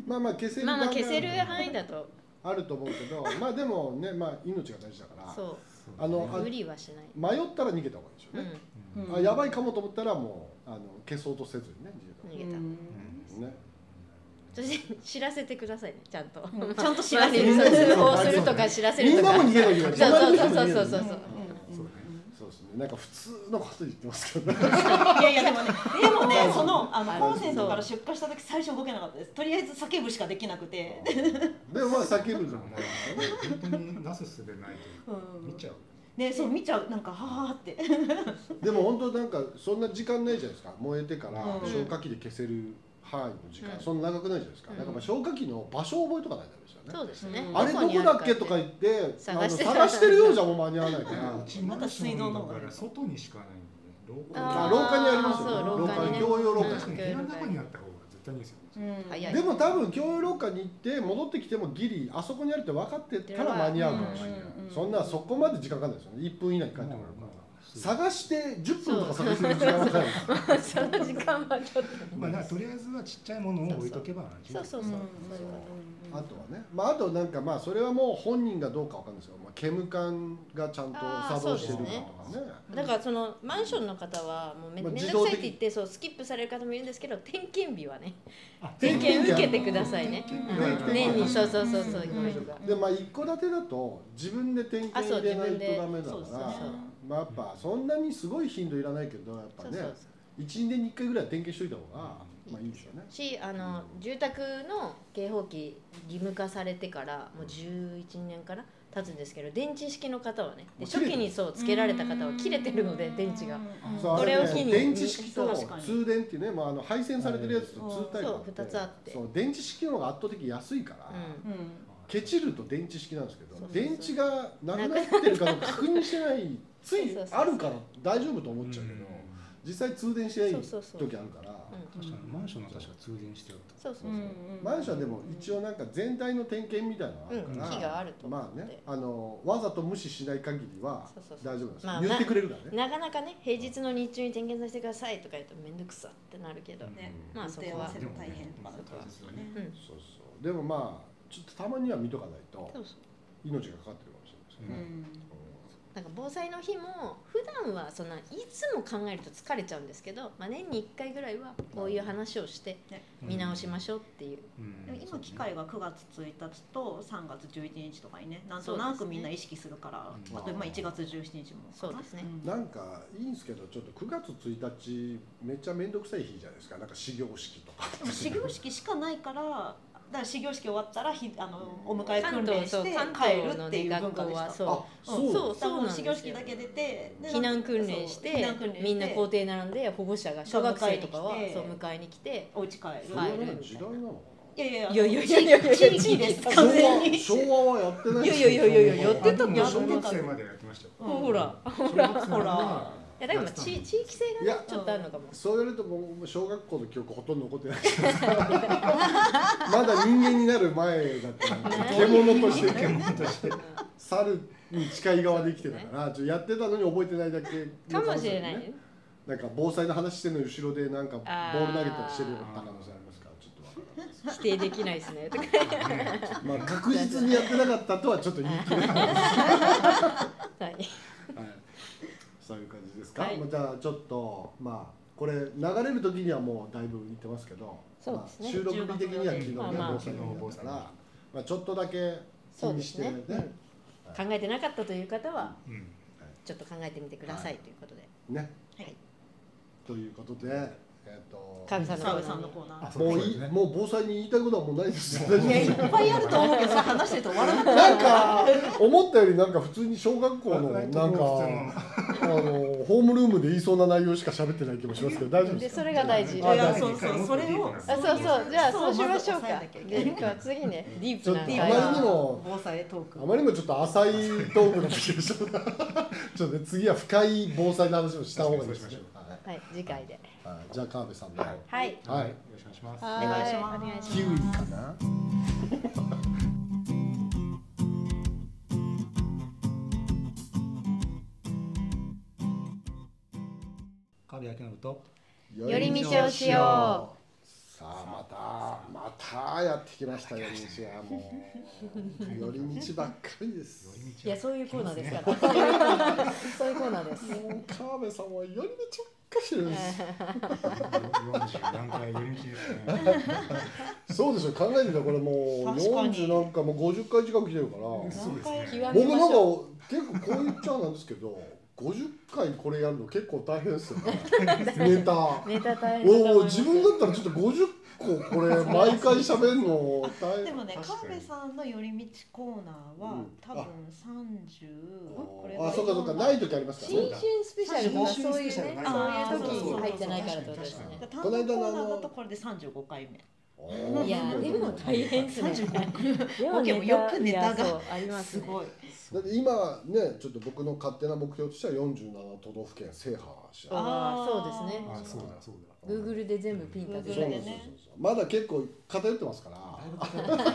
Speaker 2: まあまあ消せる
Speaker 1: まあまあ
Speaker 2: 段階
Speaker 1: 消せる範囲だと
Speaker 2: あると思う けどまあでもねまあ命が大事だから
Speaker 1: そ
Speaker 2: あの
Speaker 1: う無理はしない、
Speaker 2: 迷ったら逃げた方がいいでしょ
Speaker 1: う
Speaker 2: うね、
Speaker 1: ん、
Speaker 4: う
Speaker 3: う
Speaker 4: ん
Speaker 3: ん
Speaker 2: あやばいかもと思ったらもうあの消そうとせずにね逃げた方が
Speaker 1: 逃
Speaker 2: い
Speaker 1: げた、
Speaker 3: うん
Speaker 2: いね、
Speaker 1: そして知らせてくださいねちゃんと、
Speaker 3: うん
Speaker 1: ちゃんと知らせ
Speaker 3: う
Speaker 1: る
Speaker 3: ん
Speaker 1: そう通報するとか知らせる
Speaker 2: み
Speaker 1: と
Speaker 2: んな
Speaker 1: か
Speaker 2: も逃げなきゃいけない
Speaker 1: そうそうそうそうそうそう
Speaker 2: 隣の人も逃げなきゃいけない
Speaker 3: うん
Speaker 4: そうね
Speaker 2: そうですねなんか普通のこと言ってますけどね
Speaker 3: いやいやでもね、でもね、そのあ
Speaker 1: あ
Speaker 3: の
Speaker 1: の
Speaker 3: コンセントから出荷した時最初動けなかったです。とりあえず叫ぶしかできなくて、
Speaker 2: でもまあ叫ぶ
Speaker 4: そ
Speaker 2: の
Speaker 4: う
Speaker 2: も
Speaker 4: ね
Speaker 2: ね
Speaker 4: 本当になすすべないと
Speaker 3: うん
Speaker 4: 見ちゃう
Speaker 3: ね、そう見ちゃうなんかははって、
Speaker 2: でも本当なんかそんな時間ないじゃないですか燃えてから
Speaker 3: うん
Speaker 2: 消火器で消せる範囲の時間、
Speaker 1: うん
Speaker 2: そんな長くないじゃないですか、
Speaker 1: うん
Speaker 2: だからまあ消火器の場所を覚えとかないとダメですよね
Speaker 1: そうですね、
Speaker 3: うん
Speaker 2: あれど
Speaker 1: に
Speaker 2: こ
Speaker 1: る
Speaker 2: だ
Speaker 1: か
Speaker 2: っけとか言って
Speaker 1: 探して
Speaker 2: あの探してるようじゃもう間に合わないか
Speaker 4: う
Speaker 2: ら
Speaker 4: ちマンションだから外にしかないんで廊
Speaker 1: あ
Speaker 2: あ
Speaker 1: ー
Speaker 2: 廊下にあります
Speaker 1: そ
Speaker 2: よ
Speaker 1: う
Speaker 2: ね廊
Speaker 1: 廊下
Speaker 2: 下に
Speaker 1: にね
Speaker 2: 共用廊下
Speaker 4: 確かに部屋の中にあった方が絶対にいいですよね
Speaker 1: 早い
Speaker 2: でも多分共用廊下に行って戻ってきてもギリあそこにあるって分かってたら間に合うかもしれない、
Speaker 3: うんうん
Speaker 2: そんなそこまで時間かかんないですよね1分以内に帰ってこれるから、
Speaker 4: ま
Speaker 2: 探して10分とか探してる時間はかかるんですよ
Speaker 1: その時間はちょっと
Speaker 4: あだからとりあえずはちっちゃいものを置いとけば
Speaker 1: そうそううんそう、
Speaker 2: そうあとはね、まあ、あとなんかまあそれはもう本人がどうかわかんないですけど、まあ、煙管がちゃんと作動してるかとかね
Speaker 1: だからそのマンションの方はもうめ
Speaker 2: まあ
Speaker 1: めん
Speaker 2: 自
Speaker 1: どく
Speaker 2: 動
Speaker 1: さい
Speaker 2: 的
Speaker 1: って言ってそうスキップされる方もいるんですけど点検日はね
Speaker 2: 点
Speaker 1: 点検
Speaker 2: 検日
Speaker 1: 受けてくださいね、
Speaker 4: うん
Speaker 1: うん年にそうそうそうそうこ
Speaker 3: うん
Speaker 1: ういうのが
Speaker 2: でまあ一戸建てだと自分で点検入れないとダメだ
Speaker 3: そう
Speaker 2: か
Speaker 3: ですね
Speaker 2: ら、まあやっぱそんなにすごい頻度いらないけどやっぱ
Speaker 1: そう
Speaker 2: ね
Speaker 1: そうそ
Speaker 2: 12年に1回ぐらいは点検しといた方が
Speaker 1: う
Speaker 2: まあいいですよね。
Speaker 1: しあの住宅の警報器義務化されてからもう11年から経つんですけど電池式の方はねで
Speaker 2: もう切れて
Speaker 1: 初
Speaker 2: る
Speaker 1: 期にそうつけられた方は切れてるので電池が
Speaker 2: そうあ
Speaker 1: これを
Speaker 2: ね
Speaker 1: 機に
Speaker 2: 電池式と
Speaker 3: 確かに
Speaker 2: 通電っていうね、まあ、あの配線されてるやつと通タイプが
Speaker 1: そう二つあって
Speaker 2: そう電池式の方が圧倒的に安いから、
Speaker 1: うん
Speaker 2: ケチると電池式なんですけど
Speaker 1: そうそう
Speaker 2: 電池がなくなってるかどうか確認してない つい
Speaker 1: そうそうそう
Speaker 2: あるから大丈夫と思っちゃうけど、実際通電しない時ある
Speaker 1: そうそうそう
Speaker 2: から、
Speaker 1: うん
Speaker 4: 確かにマンションの確か通電してあった
Speaker 1: そうそうそう、
Speaker 2: マンションでも一応なんか全体の点検みたいなのがあるから、
Speaker 1: うん木があると思っ
Speaker 2: ま
Speaker 1: て
Speaker 2: あねあのわざと無視しない限りは
Speaker 1: そうそうそう
Speaker 2: 大丈夫なんですよ、
Speaker 1: まあ
Speaker 2: 言ってくれるからね。
Speaker 1: なかなかね平日の日中に点検させてくださいとか言うと面倒くさってなるけど、
Speaker 3: ね
Speaker 1: まあそこは
Speaker 3: でも大変とかだとね
Speaker 1: うん
Speaker 2: そうそうでもまあちょっとたまには見とかないと
Speaker 1: そうそう
Speaker 2: 命がかかってるかもしれないですよね。
Speaker 1: なんか防災の日も普段はそんないつも考えると疲れちゃうんですけど、まあ、年に1回ぐらいはこういう話をして見直しましょうっていう、
Speaker 3: でも今機会が9月1日と3月11日とかにねなんとなくみんな意識するから、
Speaker 4: うん
Speaker 3: あとまあ1月17日も
Speaker 1: そうですね
Speaker 3: ん
Speaker 2: なんかいいんですけどちょっと9月1日めっちゃ面倒くさい日じゃないですかなんか始業式とか
Speaker 3: でも始業式しかないからだから始業式終わったらひあのお迎え訓練して帰
Speaker 1: 関東
Speaker 3: るっていう文化でした
Speaker 1: そう
Speaker 2: あそう
Speaker 1: そう
Speaker 3: 多分
Speaker 1: そ
Speaker 3: 始
Speaker 1: う
Speaker 3: 業
Speaker 1: なんです
Speaker 3: 式
Speaker 1: よ
Speaker 3: だけ出てで
Speaker 1: 避難訓練して
Speaker 3: そう避難訓練して
Speaker 1: みんな校庭並んで保護者が小学生とかは
Speaker 3: 迎えに来て
Speaker 1: そう迎えに来て
Speaker 3: お家帰る、
Speaker 2: そ
Speaker 1: は
Speaker 2: れ
Speaker 1: い
Speaker 2: はね時代なの
Speaker 3: い、やい
Speaker 1: い
Speaker 3: や
Speaker 1: やいやいやいやいや
Speaker 3: 地域地域です
Speaker 2: か
Speaker 3: 完全
Speaker 2: な
Speaker 3: に
Speaker 2: 昭和昭和はやってないです
Speaker 1: いやいやいやいやいややってた
Speaker 4: け
Speaker 1: け
Speaker 4: ど
Speaker 1: ど
Speaker 4: 小学生までやってましたよ
Speaker 3: うん
Speaker 1: ほら
Speaker 4: ほらほら
Speaker 1: いやだからまあ地地域性
Speaker 2: い
Speaker 1: がね
Speaker 2: や
Speaker 1: ちょっとあるのかも
Speaker 2: そう言われるともう小学校の記憶ほとんど残ってないまだ人間になる前だった 獣として
Speaker 4: 獣として
Speaker 2: 猿に近い側で生きてた からちょっとやってたのに覚えてないだけ
Speaker 1: かもしれない、
Speaker 2: ねなんか防災の話してるのに後ろでなんかボール投げたりしてるような可能性ありますからちょっとわからないです
Speaker 1: 否定できないですねと か
Speaker 2: まあ確実にやってなかったとはちょっと言い切れないです
Speaker 1: はい
Speaker 2: はい、そういう感じですか、
Speaker 1: はい
Speaker 2: まあじゃあちょっとまあこれ流れる時にはもうだいぶいってますけど
Speaker 1: そうですね
Speaker 2: まあ、収録日的には昨日ね
Speaker 1: まあまあ
Speaker 2: 防災の日だから、まあ、ちょっとだけ気
Speaker 1: そう
Speaker 2: に
Speaker 1: で
Speaker 2: し
Speaker 1: す
Speaker 2: てね
Speaker 1: ね考えてなかったという方は
Speaker 4: うん
Speaker 1: ちょっと考えてみてくださいということで
Speaker 2: ね、
Speaker 1: はい
Speaker 2: ということで、えー、と
Speaker 1: 川口
Speaker 3: 澤部さんのコーナー
Speaker 4: あ
Speaker 2: もういい
Speaker 4: そうですね
Speaker 2: もう防災に言いたいことはもうないですよ
Speaker 3: いやい
Speaker 2: ね
Speaker 3: っぱいあると思うけどそれ話してると終わらなくなる
Speaker 2: なんか思ったよりなんか普通に小学校のなんか
Speaker 4: 割ともう普通の
Speaker 2: あのホームルームで言いそうな内容しか喋ってない気もしますけど大丈夫で
Speaker 1: です
Speaker 2: か
Speaker 1: それが大事
Speaker 3: い
Speaker 2: あ
Speaker 3: や
Speaker 2: 大丈
Speaker 3: そ
Speaker 2: 夫
Speaker 3: うそうそれを
Speaker 4: あ
Speaker 1: あそうそうじゃあそうしましょう
Speaker 3: まず押さえ
Speaker 1: か
Speaker 3: なきゃいけない
Speaker 1: で今次ねディー
Speaker 2: ちょ
Speaker 1: プ
Speaker 2: っと
Speaker 1: な会
Speaker 2: あまりに
Speaker 1: 話
Speaker 2: も
Speaker 3: 防災トーク
Speaker 2: あまりにもちょっと浅いトークができましたちょっとね次は深い防災の話をした方がいいですねはい
Speaker 1: はい次回で
Speaker 2: はいじゃあ川辺さんのはい
Speaker 1: はい
Speaker 4: よろしくお願いします。
Speaker 1: お願いしますお願いします
Speaker 2: キウイかな
Speaker 4: 川辺明信と。
Speaker 1: 寄り道をしよ
Speaker 2: さあまたまたやってきました寄り道はもう寄り道ばっかりです
Speaker 1: いや そういうコーナーですからそういうコーナーです
Speaker 2: もう川辺さんは寄り道ばっかりしてるんです
Speaker 4: 四十何回寄り道ですね。
Speaker 2: そうですよ考えてみたらこれもう
Speaker 3: 確かに
Speaker 2: 40なんかもう50回近く来てるから
Speaker 4: そうですね。
Speaker 1: 極め
Speaker 2: 僕な
Speaker 1: ま
Speaker 2: ん
Speaker 1: し
Speaker 2: か
Speaker 1: ょう
Speaker 2: 結構こう言っちゃなんですけど50回これやるの結構大変ですよねネタ
Speaker 1: ネタ大変だと思い
Speaker 2: おお
Speaker 1: ます
Speaker 2: 自分だったらちょっと50個これ毎回喋るの大
Speaker 3: で
Speaker 2: 変
Speaker 3: もね、
Speaker 4: 確か
Speaker 3: 川辺
Speaker 4: に
Speaker 3: さんの寄り道コーナー
Speaker 2: う
Speaker 3: は
Speaker 2: ん
Speaker 3: 多分三十、これ
Speaker 2: あそうかそうかない時ありますから
Speaker 1: 新
Speaker 2: ね
Speaker 1: 春スペシャルとかそういうね
Speaker 3: あー
Speaker 1: そういう時
Speaker 3: そうそうそう
Speaker 1: に入ってないからってことですね
Speaker 3: だから
Speaker 2: この
Speaker 3: 単
Speaker 2: 間
Speaker 3: 独
Speaker 2: のあの
Speaker 3: コーナーだとこれで三十五回目。
Speaker 1: いやーでも大変ですね で
Speaker 3: オッケーもうよくネタが
Speaker 1: いやそうあります
Speaker 3: す
Speaker 1: ね
Speaker 3: ごい。
Speaker 2: だって今ねちょっと僕の勝手な目標としては47都道府県制覇しない
Speaker 1: ああそうですね
Speaker 4: あ、そうだ、そうだ。
Speaker 1: Google で全部ピン立て
Speaker 2: そう
Speaker 1: て
Speaker 2: なん
Speaker 3: ね
Speaker 2: ですよ
Speaker 3: Google
Speaker 2: そうそうまだ結構偏ってますから
Speaker 4: い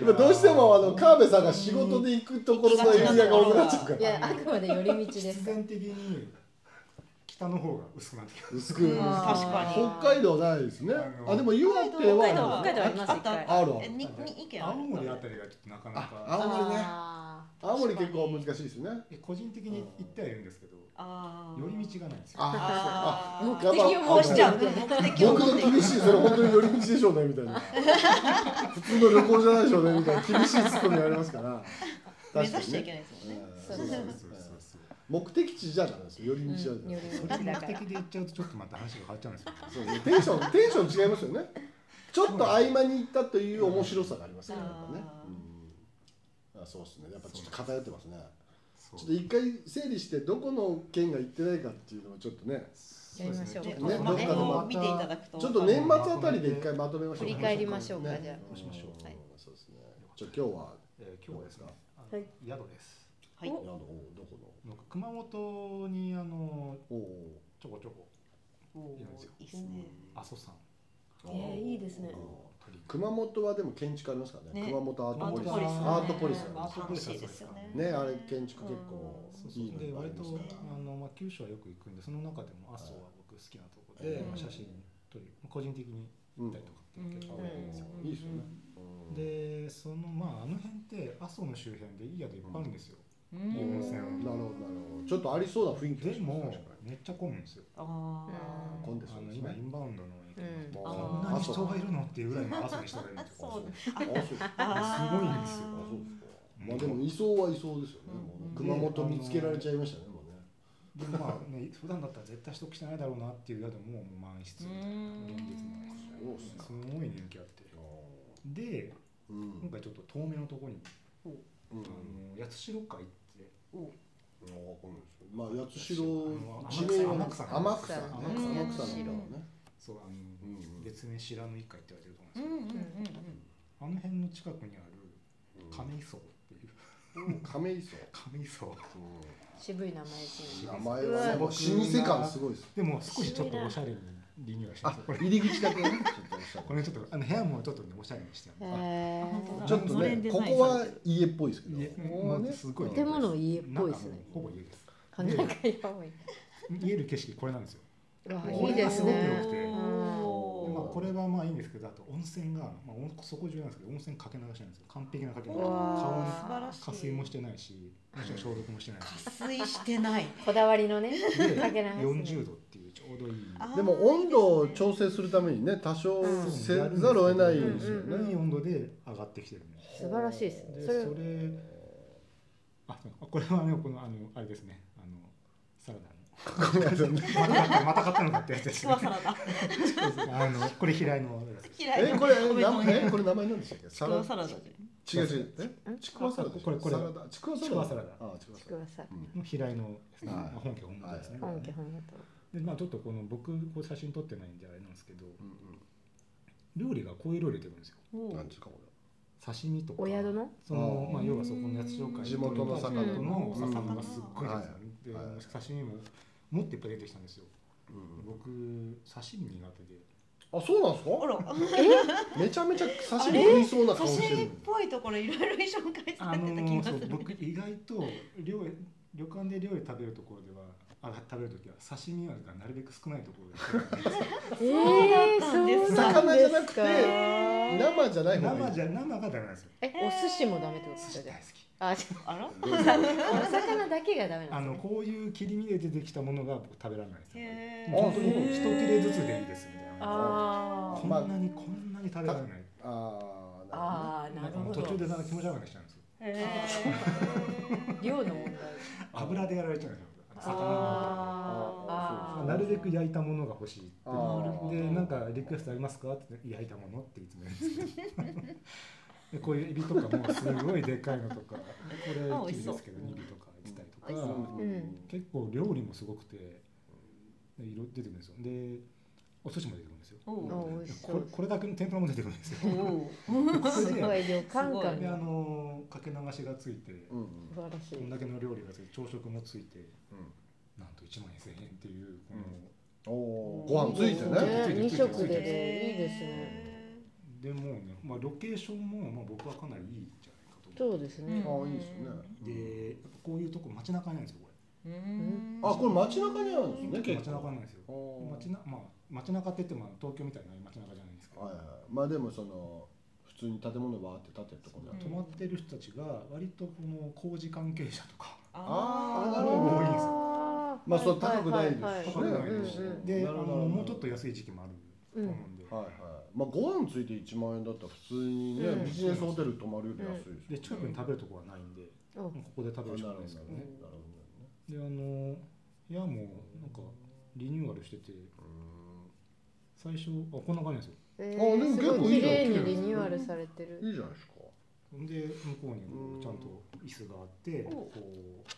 Speaker 2: 今どうしてもあの川辺さんが仕事で行くところのエリアが多くなっちゃうか
Speaker 1: い
Speaker 2: ら
Speaker 1: やあくまで寄り道で
Speaker 4: 必
Speaker 1: す
Speaker 4: 然的に北の方が薄くなってきます。
Speaker 2: 薄く
Speaker 3: うん
Speaker 1: あー
Speaker 3: 確かに
Speaker 2: 北海道ないですねあでも岩手
Speaker 3: 北
Speaker 1: 海道
Speaker 2: は
Speaker 1: 北海道あります
Speaker 3: あった
Speaker 2: あるある
Speaker 3: えにに意見あ
Speaker 4: 青
Speaker 3: る。
Speaker 4: 森あたりがちょっとなかな
Speaker 2: あ
Speaker 4: か。
Speaker 2: 青森ね
Speaker 1: あー
Speaker 2: 青森結構難しいですね
Speaker 4: え個人的に行ってはいるんですけど、
Speaker 3: あー
Speaker 4: 寄り道がないんですよ。
Speaker 2: あ
Speaker 3: あ
Speaker 1: 目
Speaker 3: ー
Speaker 1: 的を
Speaker 2: あ
Speaker 1: もうしちゃう
Speaker 2: や
Speaker 1: みたいな
Speaker 3: 目
Speaker 2: あ
Speaker 3: 的
Speaker 2: そう
Speaker 3: を
Speaker 2: 僕
Speaker 3: 持
Speaker 2: の
Speaker 3: って
Speaker 2: 厳しいそれ本当に寄り道でしょうねみたいな普通の旅行じゃないでしょうねみたいな厳しいツッコミありますから確
Speaker 3: 目指
Speaker 2: か
Speaker 3: し
Speaker 2: に
Speaker 3: ちゃいけ
Speaker 2: ね
Speaker 3: ないですもんね。
Speaker 2: うん
Speaker 4: そうそ
Speaker 2: そ
Speaker 4: う
Speaker 2: う
Speaker 4: そう
Speaker 2: そう
Speaker 4: そう。
Speaker 2: 目的地じゃダメですよ寄り道じゃダメです
Speaker 1: うん寄り道
Speaker 4: それ目的で行っちゃうとちょっとまた話が変わっちゃうんですよ。
Speaker 2: そうね、テンション、テンション違いますよね。ちょっと合間に行ったという面白さがありますから、やっぱね。うん、あ、そうですね、やっぱちょっと偏ってますね。
Speaker 4: そ
Speaker 2: ちょっ
Speaker 4: う
Speaker 2: と一回整理して、どこの県が行ってないかっていうのはちょっとね。
Speaker 1: やりましょう
Speaker 3: ね
Speaker 4: ち
Speaker 2: ね
Speaker 3: まあ
Speaker 2: どっ
Speaker 3: ね
Speaker 2: かの
Speaker 3: こう見ていただくと。
Speaker 2: ちょっと年末あたりで一回まとめましょう。
Speaker 1: 振り返りましょうか
Speaker 2: ね
Speaker 1: じゃあ
Speaker 2: うん
Speaker 4: そうしましょう
Speaker 1: はい
Speaker 2: そうですね。じゃあ、今日は。
Speaker 4: えー今日はですね、あの
Speaker 1: はい
Speaker 4: 宿です。
Speaker 3: はい。
Speaker 2: あの、どこの。
Speaker 4: なんか熊本にあの
Speaker 2: おお。
Speaker 4: ちょこちょこ
Speaker 3: おーいいですね。
Speaker 4: 阿蘇山、
Speaker 1: いやいいですね
Speaker 2: うん
Speaker 4: 鳥居
Speaker 2: 熊本はでも建築ありますからね。
Speaker 3: ね
Speaker 2: 熊本ア
Speaker 4: ア
Speaker 2: ートポリス。
Speaker 3: ア
Speaker 2: アートポリス
Speaker 3: ね。
Speaker 2: あります
Speaker 3: 楽しいですよね。
Speaker 2: ねあれ建築結構
Speaker 4: そう
Speaker 2: いい
Speaker 4: そうで
Speaker 2: のいっ
Speaker 4: 割
Speaker 2: ぱいありま
Speaker 4: と
Speaker 2: すね
Speaker 4: あのまあ九州はよく行くんでその中でも阿蘇は僕好きなところ
Speaker 2: は
Speaker 4: で
Speaker 2: い
Speaker 4: まあ写真撮り個人的に行ったりとかっていうのが結構多いんですよ。
Speaker 2: いいですよね。うん
Speaker 4: でそのまああの辺って阿蘇の周辺でいい宿いっぱいあるんですよ。
Speaker 3: う
Speaker 2: なる
Speaker 3: ん
Speaker 2: ほどなるほどちょっとありそうな雰囲気
Speaker 4: です
Speaker 2: ね
Speaker 4: も
Speaker 2: 確か
Speaker 4: めっちゃ混むんですよ。
Speaker 3: あ
Speaker 1: うん
Speaker 2: 混んでそ
Speaker 4: あ
Speaker 2: うで
Speaker 4: の
Speaker 2: す
Speaker 4: 今イ
Speaker 2: ね
Speaker 4: ンバウンドの影響で
Speaker 1: うん
Speaker 4: こ
Speaker 3: あー
Speaker 4: んなに人がいるのっていうぐらいの阿蘇に人がいるんです
Speaker 3: そう
Speaker 4: よ。
Speaker 2: あ そうですか
Speaker 3: あ。
Speaker 2: あ
Speaker 3: あー
Speaker 4: すごいんですよ
Speaker 2: そうですかまあでもいそうはいそうですよねもうね
Speaker 4: うん
Speaker 2: 熊本見つけられちゃいましたねもうね
Speaker 4: でまあね普段だったら絶対取得してないだろうなっていう宿ももう満室みたいな連日満室
Speaker 2: そうっすか
Speaker 4: すごい人気あってで
Speaker 2: うん
Speaker 4: 今回ちょっと遠目のところに、
Speaker 2: うん
Speaker 4: あの八代海って
Speaker 2: あわかんないですまあ八代地名は
Speaker 4: 天草
Speaker 2: 天草ね
Speaker 4: 天
Speaker 1: 草
Speaker 2: 天草なんだろうね
Speaker 4: そうあの、
Speaker 2: うんうん
Speaker 4: 別名白の一海って言われてると思
Speaker 3: うんう
Speaker 4: うん
Speaker 3: ん
Speaker 4: です
Speaker 3: うん
Speaker 4: けど、あの辺の近くにある亀磯っていう
Speaker 2: うん亀磯
Speaker 4: 亀磯
Speaker 1: 渋い名前ですね
Speaker 2: 名前はねもう老舗感すごいです
Speaker 4: でも少しちょっとおしゃれにリニューアルしてますこれ
Speaker 2: 入り口だけねちょっとおしゃれ
Speaker 4: これちょっとあの部屋もちょっとねおしゃれにしてある
Speaker 1: へ
Speaker 3: ー
Speaker 2: ちょっとね、ここは家っぽいですけど、
Speaker 4: 家
Speaker 2: ここはね、
Speaker 4: すごい
Speaker 1: 建物家っぽいですね
Speaker 4: なんかもうほぼ家です
Speaker 1: ーなんかやばい
Speaker 4: 見える景色これなんですよ
Speaker 1: わ
Speaker 4: こ
Speaker 1: いい
Speaker 4: れ
Speaker 1: で
Speaker 4: が
Speaker 1: す
Speaker 4: すごく良
Speaker 1: ね
Speaker 4: くて
Speaker 2: お
Speaker 4: で
Speaker 2: ー
Speaker 4: まあ、これはまあいいんですけどあと温泉が、まあ、温そこ中なんですけど温泉かけ流しなんですよ完璧なかけ流し
Speaker 1: うわー
Speaker 4: 顔に
Speaker 1: 素晴ら
Speaker 4: 加水もしてないしもちろん消毒もしてないし
Speaker 3: 加水してない。
Speaker 1: こだわりのね
Speaker 4: で
Speaker 1: かけ流し
Speaker 4: 40度っていうちょうどいい
Speaker 3: あー
Speaker 2: でも温度を調整するためにね、多少
Speaker 1: うん
Speaker 2: せざるを得ないですよ
Speaker 1: うんうん
Speaker 2: ね。
Speaker 4: いい温度で上がってきてるんで
Speaker 1: 素晴らしいです
Speaker 4: で
Speaker 1: それ
Speaker 4: それあそうあこれはねこのあのあれですねあのサラダ
Speaker 2: ごめんなさいね
Speaker 4: のまた買ったのかってやつで
Speaker 3: ち
Speaker 4: す
Speaker 3: く
Speaker 4: ね
Speaker 3: わサラダ。
Speaker 4: あのこれ平井のやつです
Speaker 3: 嫌い
Speaker 2: え、
Speaker 3: な
Speaker 2: これ、
Speaker 3: お弁当
Speaker 2: 名
Speaker 3: ね
Speaker 2: 前、えこれ名前なんでしたっけ？
Speaker 3: ちくわサラダで。
Speaker 2: 違う違う。
Speaker 1: う
Speaker 2: え
Speaker 1: ん
Speaker 2: ちくわサラダでしょ。
Speaker 4: これこれ
Speaker 2: サラダ。ちくわサラダ。
Speaker 4: ちくわサラダ
Speaker 2: ああ、ちくわ
Speaker 1: ち
Speaker 2: サ
Speaker 1: く
Speaker 2: ラ
Speaker 1: わさ
Speaker 2: ダ。うん
Speaker 4: の平井のですね、
Speaker 2: はい
Speaker 4: まあ本家本元ですね。
Speaker 1: 本家
Speaker 4: これね
Speaker 1: 本元
Speaker 4: でまあちょっとこの僕こう写真撮ってないんであれなんですけど、
Speaker 2: うん
Speaker 4: 料理がこういう料理出てくるんですよ。
Speaker 2: うん。
Speaker 3: お
Speaker 2: な
Speaker 3: うん
Speaker 2: ちゅうかこ
Speaker 4: 刺身とか。
Speaker 1: お宿の
Speaker 4: その
Speaker 2: あー
Speaker 4: まあ要はそこのやつ紹介
Speaker 2: 地元の魚
Speaker 4: 地元のお
Speaker 2: うん
Speaker 4: 魚がすっごい出てくる
Speaker 2: はいはい
Speaker 4: で刺身ももっといっぱい出てきたんですよ。
Speaker 2: れ。うん
Speaker 4: 僕刺身苦手で。
Speaker 2: あ、そうなんです
Speaker 3: あ
Speaker 2: か。
Speaker 3: ら
Speaker 2: めちゃめちゃ刺身食いそうな顔
Speaker 3: 刺
Speaker 2: して
Speaker 3: 身っ
Speaker 2: る。
Speaker 3: ぽいところいろいろ紹介さ
Speaker 4: あ
Speaker 3: れ
Speaker 4: の
Speaker 3: てた気
Speaker 4: ー
Speaker 3: がす
Speaker 4: そう
Speaker 3: る、
Speaker 4: 僕意外と料理旅館で料理食べるところではあ食べるときは刺身はなるべく少ないところで
Speaker 1: え
Speaker 3: え
Speaker 1: え
Speaker 3: ーそうなんですか
Speaker 2: 魚じゃなくて
Speaker 3: えー
Speaker 2: 生じゃ ない方が
Speaker 4: 生
Speaker 2: いい
Speaker 4: じ。ゃ生がダメなんですよ。
Speaker 1: えお寿司もダメってこと
Speaker 4: 寿
Speaker 1: です
Speaker 4: 司
Speaker 1: か
Speaker 4: 大好
Speaker 1: あじ
Speaker 4: き。
Speaker 1: ゃ
Speaker 3: あら
Speaker 1: あお魚だけがダメな
Speaker 4: あ
Speaker 1: ん
Speaker 4: の
Speaker 1: ですね
Speaker 4: こういう切り身で出てきたものが僕食べられないんですよ。
Speaker 3: へ
Speaker 4: 本当に
Speaker 2: へ
Speaker 4: もう
Speaker 2: ー
Speaker 4: 一切れずつでいいですみたいな。
Speaker 1: あ
Speaker 4: こん
Speaker 1: ー
Speaker 4: なにこんなに食べられない。
Speaker 2: ああ、な
Speaker 1: あー
Speaker 4: な
Speaker 1: なんる
Speaker 4: かも
Speaker 1: ほ
Speaker 4: う
Speaker 1: ど
Speaker 4: 途中でなんか気持ち悪くなっちゃうんですよ。
Speaker 3: えへ
Speaker 1: 量の問題
Speaker 4: 油でやられちゃうんですよ。あの魚の
Speaker 1: あーあー
Speaker 4: なるべく焼いたものが欲しいって
Speaker 2: あー
Speaker 4: でなんかリクエストありますかって言って焼いたものっていつも言うんですけどで こういうエビとかもすごいでかいのとかこ
Speaker 3: あ美
Speaker 4: れ
Speaker 3: 味
Speaker 4: き
Speaker 3: し
Speaker 4: り
Speaker 3: そう
Speaker 4: ですけど握りとか言ってたりとか
Speaker 3: 美味し
Speaker 2: る
Speaker 3: そ
Speaker 2: ほ
Speaker 1: う
Speaker 2: ど。
Speaker 1: ん
Speaker 4: 結構料理もすごくてで色々出てくるんですよでお寿司も出てくるんですよ
Speaker 3: おう
Speaker 1: あ美味しそ
Speaker 4: これ
Speaker 1: う
Speaker 4: これだけの天ぷらも出てくるんですよ
Speaker 3: おう
Speaker 1: すごい旅
Speaker 3: す
Speaker 1: 館
Speaker 3: ごい
Speaker 1: 感
Speaker 4: であ
Speaker 1: が
Speaker 4: のーかけ流しがついて
Speaker 2: うん
Speaker 1: 素晴らし
Speaker 4: こん
Speaker 1: い
Speaker 4: だけの料理がついて朝食もついて
Speaker 2: うん。
Speaker 4: なんと1万1000円っていうこの、
Speaker 2: うんおお、ご飯ついてね。
Speaker 1: ね二色で
Speaker 3: へー
Speaker 1: ねいいですね
Speaker 4: でもうね、まあ、ロケーションもまあ僕はかなりいいんじゃないかと思
Speaker 1: そうですね
Speaker 2: ああ、いいですね。
Speaker 4: でやっぱこういうとこ街中にあるんですよこ
Speaker 3: う
Speaker 1: うん
Speaker 3: ん
Speaker 2: あ、これ街中にあるんで
Speaker 4: れ、
Speaker 2: すね。
Speaker 4: 街
Speaker 2: 結
Speaker 4: 中
Speaker 2: 構。
Speaker 4: なんですよ
Speaker 2: あー
Speaker 4: 街な、まあ、街中って言っても東京みたいな街中じゃないんですけど、
Speaker 2: はいはい。まあでもその普通に建物バーって建ってるところだと
Speaker 4: 泊まってる人たちが割とこの工事関係者とか、
Speaker 2: あーなるほど
Speaker 4: 多いんですよ
Speaker 1: あー
Speaker 2: まあそれ高くないですし
Speaker 1: ははは
Speaker 2: ね
Speaker 4: 高くないですし
Speaker 1: うんうん
Speaker 4: で
Speaker 2: な
Speaker 4: あ
Speaker 2: る
Speaker 4: の
Speaker 2: ほど
Speaker 4: もうちょっと安い時期もあると思うんで、
Speaker 2: はいはい。まあご飯ついて1万円だったら普通にね、
Speaker 1: うん
Speaker 2: ビジネスホテル泊まるより安いですよね
Speaker 4: で近くに食べるとこはないんで、
Speaker 1: お
Speaker 4: もうここで食べるしかないですけどね
Speaker 2: なるほどね
Speaker 4: であの部屋もなんかリニューアルしてて最初あこんな感じなんですよ
Speaker 1: え
Speaker 2: あでも
Speaker 1: ー、す
Speaker 2: 結構
Speaker 1: ごい
Speaker 2: いい
Speaker 1: 綺
Speaker 2: じゃん
Speaker 1: 麗にリニューアルされてる
Speaker 2: いいじゃないですか。
Speaker 4: ほんで向こうにこうちゃんと椅子があって
Speaker 3: お
Speaker 4: こう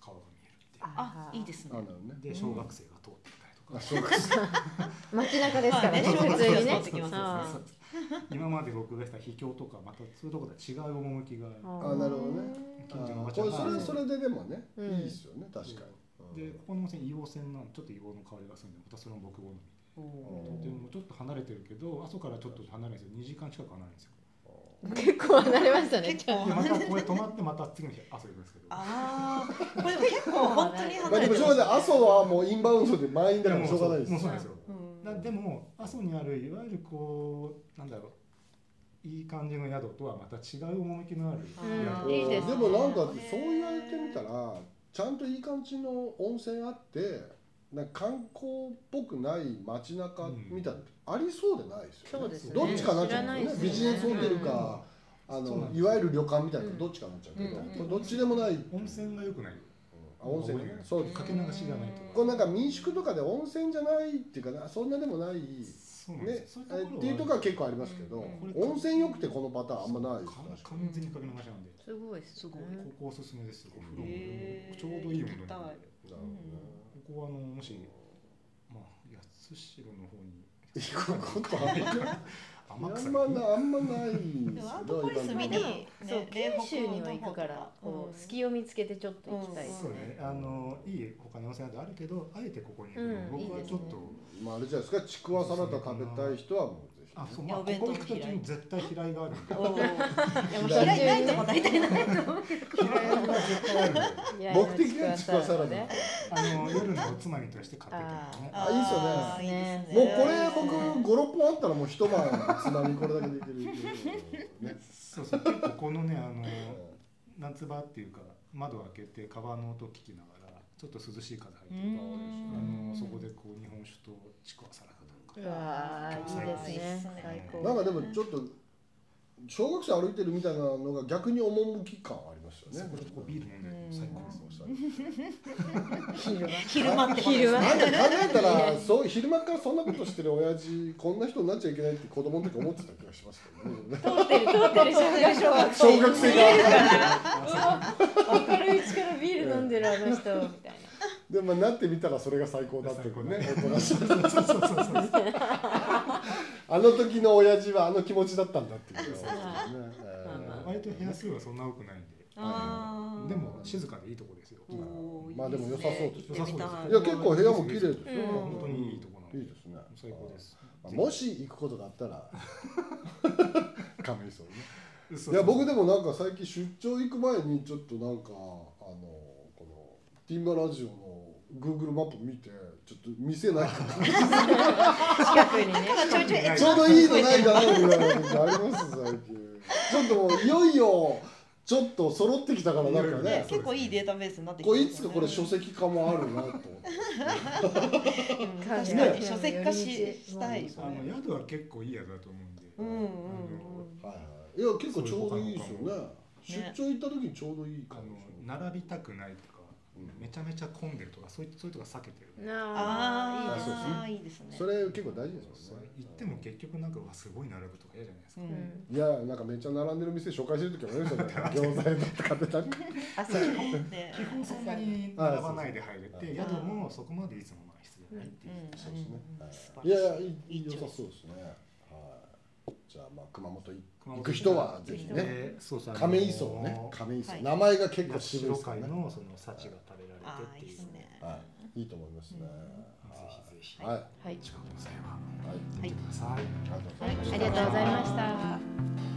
Speaker 4: 川が見えるっていう
Speaker 3: あいいですね
Speaker 2: あ、なるほどね。
Speaker 4: で小学生が通ってきたりとか、
Speaker 2: あ、そうです。
Speaker 1: 街中ですからね
Speaker 3: はい
Speaker 1: 普通にね
Speaker 3: そうそうそうそう
Speaker 1: あー
Speaker 4: 今まで僕がした秘境とかまたそういうところとは違う趣が
Speaker 2: あ、なるほどね。あ
Speaker 4: 近所のおばちゃん
Speaker 2: これそ
Speaker 4: が
Speaker 2: れはそれででもね、
Speaker 1: うん
Speaker 2: いいですよね、確かに。
Speaker 4: でここの温泉硫黄泉なんちょっと硫黄の香りがするんでまたそれも僕好み
Speaker 3: お
Speaker 2: う
Speaker 3: うん
Speaker 4: でもちょっと離れてるけど阿蘇からちょっと離れるんですよ2時間近く離れるんですよ
Speaker 1: 結構離れましたね
Speaker 3: 結構
Speaker 4: でまたこれ泊まってまた次の日阿蘇行くんですけど
Speaker 3: ああこれでも結構本当に
Speaker 2: まあ
Speaker 3: 離
Speaker 2: で
Speaker 3: れ
Speaker 2: も
Speaker 3: て
Speaker 2: しょうがない、阿蘇はもうインバウンドで満員だからしょうがないです
Speaker 4: もう
Speaker 2: よ。
Speaker 4: そうなんですよ
Speaker 3: うん
Speaker 4: なでも阿蘇にあるいわゆるこうなんだろういい感じの宿とはまた違う趣のある
Speaker 1: うん
Speaker 4: 宿
Speaker 1: いいですね
Speaker 2: でもなんかそう言われてみたらちゃんといい感じの温泉あってなんか観光っぽくない街中みたいなのありそうでないですよ
Speaker 1: そう
Speaker 2: ね,、
Speaker 1: ですね
Speaker 2: どっちかなっちゃ
Speaker 1: 知ら
Speaker 2: うん
Speaker 1: な
Speaker 2: だ
Speaker 1: い
Speaker 2: よ
Speaker 1: で
Speaker 2: ね
Speaker 1: すね
Speaker 2: ビジネスホテル
Speaker 1: うん
Speaker 2: か、あ
Speaker 4: そうなん
Speaker 2: の
Speaker 4: です
Speaker 2: い
Speaker 4: よ
Speaker 2: わゆる旅館みたいなの
Speaker 1: うん
Speaker 2: どっちかになっちゃうけど、
Speaker 3: うん
Speaker 2: これどっちでもない、
Speaker 4: 温泉が良くない
Speaker 2: あ温泉がねそうです
Speaker 4: かけ流しがないと
Speaker 2: こ
Speaker 4: か
Speaker 2: れなんか民宿とかで温泉じゃないっていうかそんなでもない、ね、
Speaker 4: そうなんですよそういうところは
Speaker 2: っていうとこは結構ありますけど、
Speaker 3: うん
Speaker 4: うん
Speaker 2: 温泉よくてこのパターンあんまないです
Speaker 4: か
Speaker 2: 確か
Speaker 4: 完全にかけ流しなんです
Speaker 1: ごいす
Speaker 3: ごい
Speaker 4: ここおすすめですよお風呂も
Speaker 3: へー
Speaker 4: ちょうどいい温度な
Speaker 2: になる
Speaker 3: 行き
Speaker 4: んで
Speaker 2: ほどね
Speaker 4: ここはあのもしまあ八代の方 に
Speaker 2: 行くことはない あん
Speaker 4: 天草
Speaker 2: まなあんまないんで
Speaker 3: で
Speaker 2: すよ
Speaker 3: もアウトポリス見に、
Speaker 1: でも
Speaker 3: ね、
Speaker 1: そう
Speaker 3: 霊
Speaker 1: 九
Speaker 3: 北
Speaker 1: 州には
Speaker 3: の
Speaker 1: 行
Speaker 3: 方
Speaker 1: くから
Speaker 3: と
Speaker 1: こう
Speaker 3: うん
Speaker 1: 隙を見つけてちょっと行きたいです
Speaker 4: そうね
Speaker 1: ね。
Speaker 4: あのいい他に温泉宿あるけどあえてここに行くの
Speaker 1: うん
Speaker 4: 僕は
Speaker 1: いで
Speaker 4: い
Speaker 1: す
Speaker 4: ち
Speaker 1: ね
Speaker 4: ょっと
Speaker 2: まああれじゃないですかちくわサラダ食べたい人はもうぜひ
Speaker 4: あそう
Speaker 3: い
Speaker 4: ま
Speaker 3: や
Speaker 4: あ
Speaker 3: お
Speaker 4: こ
Speaker 3: 弁当
Speaker 4: こ
Speaker 3: の
Speaker 4: 行く途中に絶対平井があるんで
Speaker 3: お
Speaker 1: いやもう
Speaker 2: 嫌
Speaker 3: 嫌い
Speaker 1: 途
Speaker 3: な
Speaker 1: 中
Speaker 3: い
Speaker 1: に
Speaker 3: とこ大体ないと思うけど
Speaker 4: 平井が絶対あるんで
Speaker 1: 嫌いな
Speaker 2: 目的はちくわサラダ
Speaker 1: ね
Speaker 4: あの夜のおつまみとして買ってたりとかね
Speaker 2: あいいっすよね
Speaker 3: ーいいです
Speaker 2: もう
Speaker 3: ね
Speaker 2: これ僕五六本あったらもう一晩つまみこれだけでいけるね
Speaker 4: そうそう結構このねあの夏場っていうか窓を開けて川の音を聞きながらちょっと涼しい風入ってる
Speaker 3: うん
Speaker 4: あのそこでこう日本酒とちくわサラダと
Speaker 1: う
Speaker 4: か
Speaker 1: わーいいですね最
Speaker 4: う
Speaker 1: 高
Speaker 2: なんかでもちょっと小学生歩いてるみたいなのが逆に趣感ありまましたね。
Speaker 4: そこビール飲んで
Speaker 1: うん
Speaker 4: 最高
Speaker 2: そうそう
Speaker 1: 昼間
Speaker 3: 昼間ってことです
Speaker 1: 昼間
Speaker 2: なんか考えたらそう昼間からそんなことしてる親父こんな人になっちゃいけないって子供の時思ってた気がしますけど
Speaker 1: 通
Speaker 2: ね。
Speaker 1: ってる通ってる小学生
Speaker 2: 小学生が
Speaker 1: 明るいうちからビール飲んでるあの人みたい
Speaker 2: でもなってみたらそれが最高だっていうね
Speaker 4: 最
Speaker 2: 大人しい
Speaker 4: そうそうそうそう
Speaker 2: あの時の親父はあの気持ちだったんだっていうことですねえ
Speaker 1: まあまあ
Speaker 2: ー
Speaker 4: 割と部屋数はそんな多くないんで
Speaker 3: あー
Speaker 4: でも静かでいいとこですよ
Speaker 3: おー
Speaker 2: まあでも良さそうです
Speaker 3: 行ってみた
Speaker 4: 良さそう
Speaker 2: いや結構部屋も綺麗ですよ、
Speaker 1: うん
Speaker 4: 本当にいいとこなので
Speaker 2: いいですね
Speaker 4: 最高です
Speaker 2: まあもし行くことがあった ら亀井さんね
Speaker 4: そうそう
Speaker 2: いや僕でもなんか最近出張行く前にちょっとなんかあのこのティンバラジオの Google マップ見てちょっと店ないか
Speaker 1: な
Speaker 2: な
Speaker 1: 近くにね
Speaker 3: ちょいちょい
Speaker 2: ちょうどいいのないかなみたいなのがあります最近ちょっともういよいよちょっと揃ってきたからなんか
Speaker 4: いや
Speaker 2: ね
Speaker 4: いや
Speaker 3: 結構いいデータベースになってき
Speaker 2: こ
Speaker 3: て
Speaker 2: れい
Speaker 3: ま
Speaker 2: つ
Speaker 3: す
Speaker 2: か
Speaker 3: よね
Speaker 2: これ書籍化もあるなと思って
Speaker 3: うん確か
Speaker 2: ね
Speaker 3: に書籍化ししたい
Speaker 4: あの宿は結構いい宿だと思うんで
Speaker 3: うんうんうん
Speaker 2: はい、いや結構ちょうどいいですよね
Speaker 3: ね
Speaker 2: 出張行った時にちょうどいい
Speaker 4: あ
Speaker 2: 感
Speaker 4: の
Speaker 2: じ、
Speaker 4: 並びたくないとかめちゃめちゃ混んでるとかそういうそういうとか避けてる
Speaker 1: な
Speaker 3: あ
Speaker 1: あ
Speaker 2: そうそう
Speaker 3: あいいですね
Speaker 2: それ結構大事です
Speaker 4: そ
Speaker 2: よ
Speaker 4: う
Speaker 2: ね
Speaker 4: 行っても結局なんかうわすごい並ぶとか嫌じゃないです
Speaker 3: うん
Speaker 4: か、
Speaker 2: いやなんかめっちゃ並んでる店紹介してる時もありましたね餃子屋だとかってたり
Speaker 3: あそうね
Speaker 4: 基本そんなに並ばないで入れて
Speaker 3: あ
Speaker 4: 宿もそこまでいつもまあ必要ないっていう、
Speaker 3: うん
Speaker 2: そうですね
Speaker 3: うん
Speaker 2: はい
Speaker 3: 素
Speaker 2: い
Speaker 3: 晴らしい
Speaker 2: やいやいい良さそうですねはいじゃあまあ熊本
Speaker 4: 熊
Speaker 2: い
Speaker 4: 本
Speaker 2: 行く人はぜひね
Speaker 4: でそうそうあのー
Speaker 2: 亀磯のね亀磯
Speaker 3: はい
Speaker 2: 名前が結構
Speaker 4: 八
Speaker 2: 渋いで
Speaker 4: 代
Speaker 2: すから
Speaker 4: 海
Speaker 2: ね
Speaker 4: のその幸が食べら
Speaker 3: あ
Speaker 4: れて
Speaker 3: あ
Speaker 4: っ
Speaker 3: い
Speaker 4: て
Speaker 3: い
Speaker 4: い
Speaker 3: です
Speaker 4: う
Speaker 3: ね
Speaker 2: はいいいと思いますね
Speaker 4: ぜひぜひ、
Speaker 2: はいはい
Speaker 1: はい
Speaker 4: 近くの際は
Speaker 2: はい
Speaker 4: 行ってください
Speaker 2: ありがとうござ
Speaker 1: はいい
Speaker 2: ま
Speaker 1: あ
Speaker 2: し
Speaker 1: りが
Speaker 2: た
Speaker 1: とうございました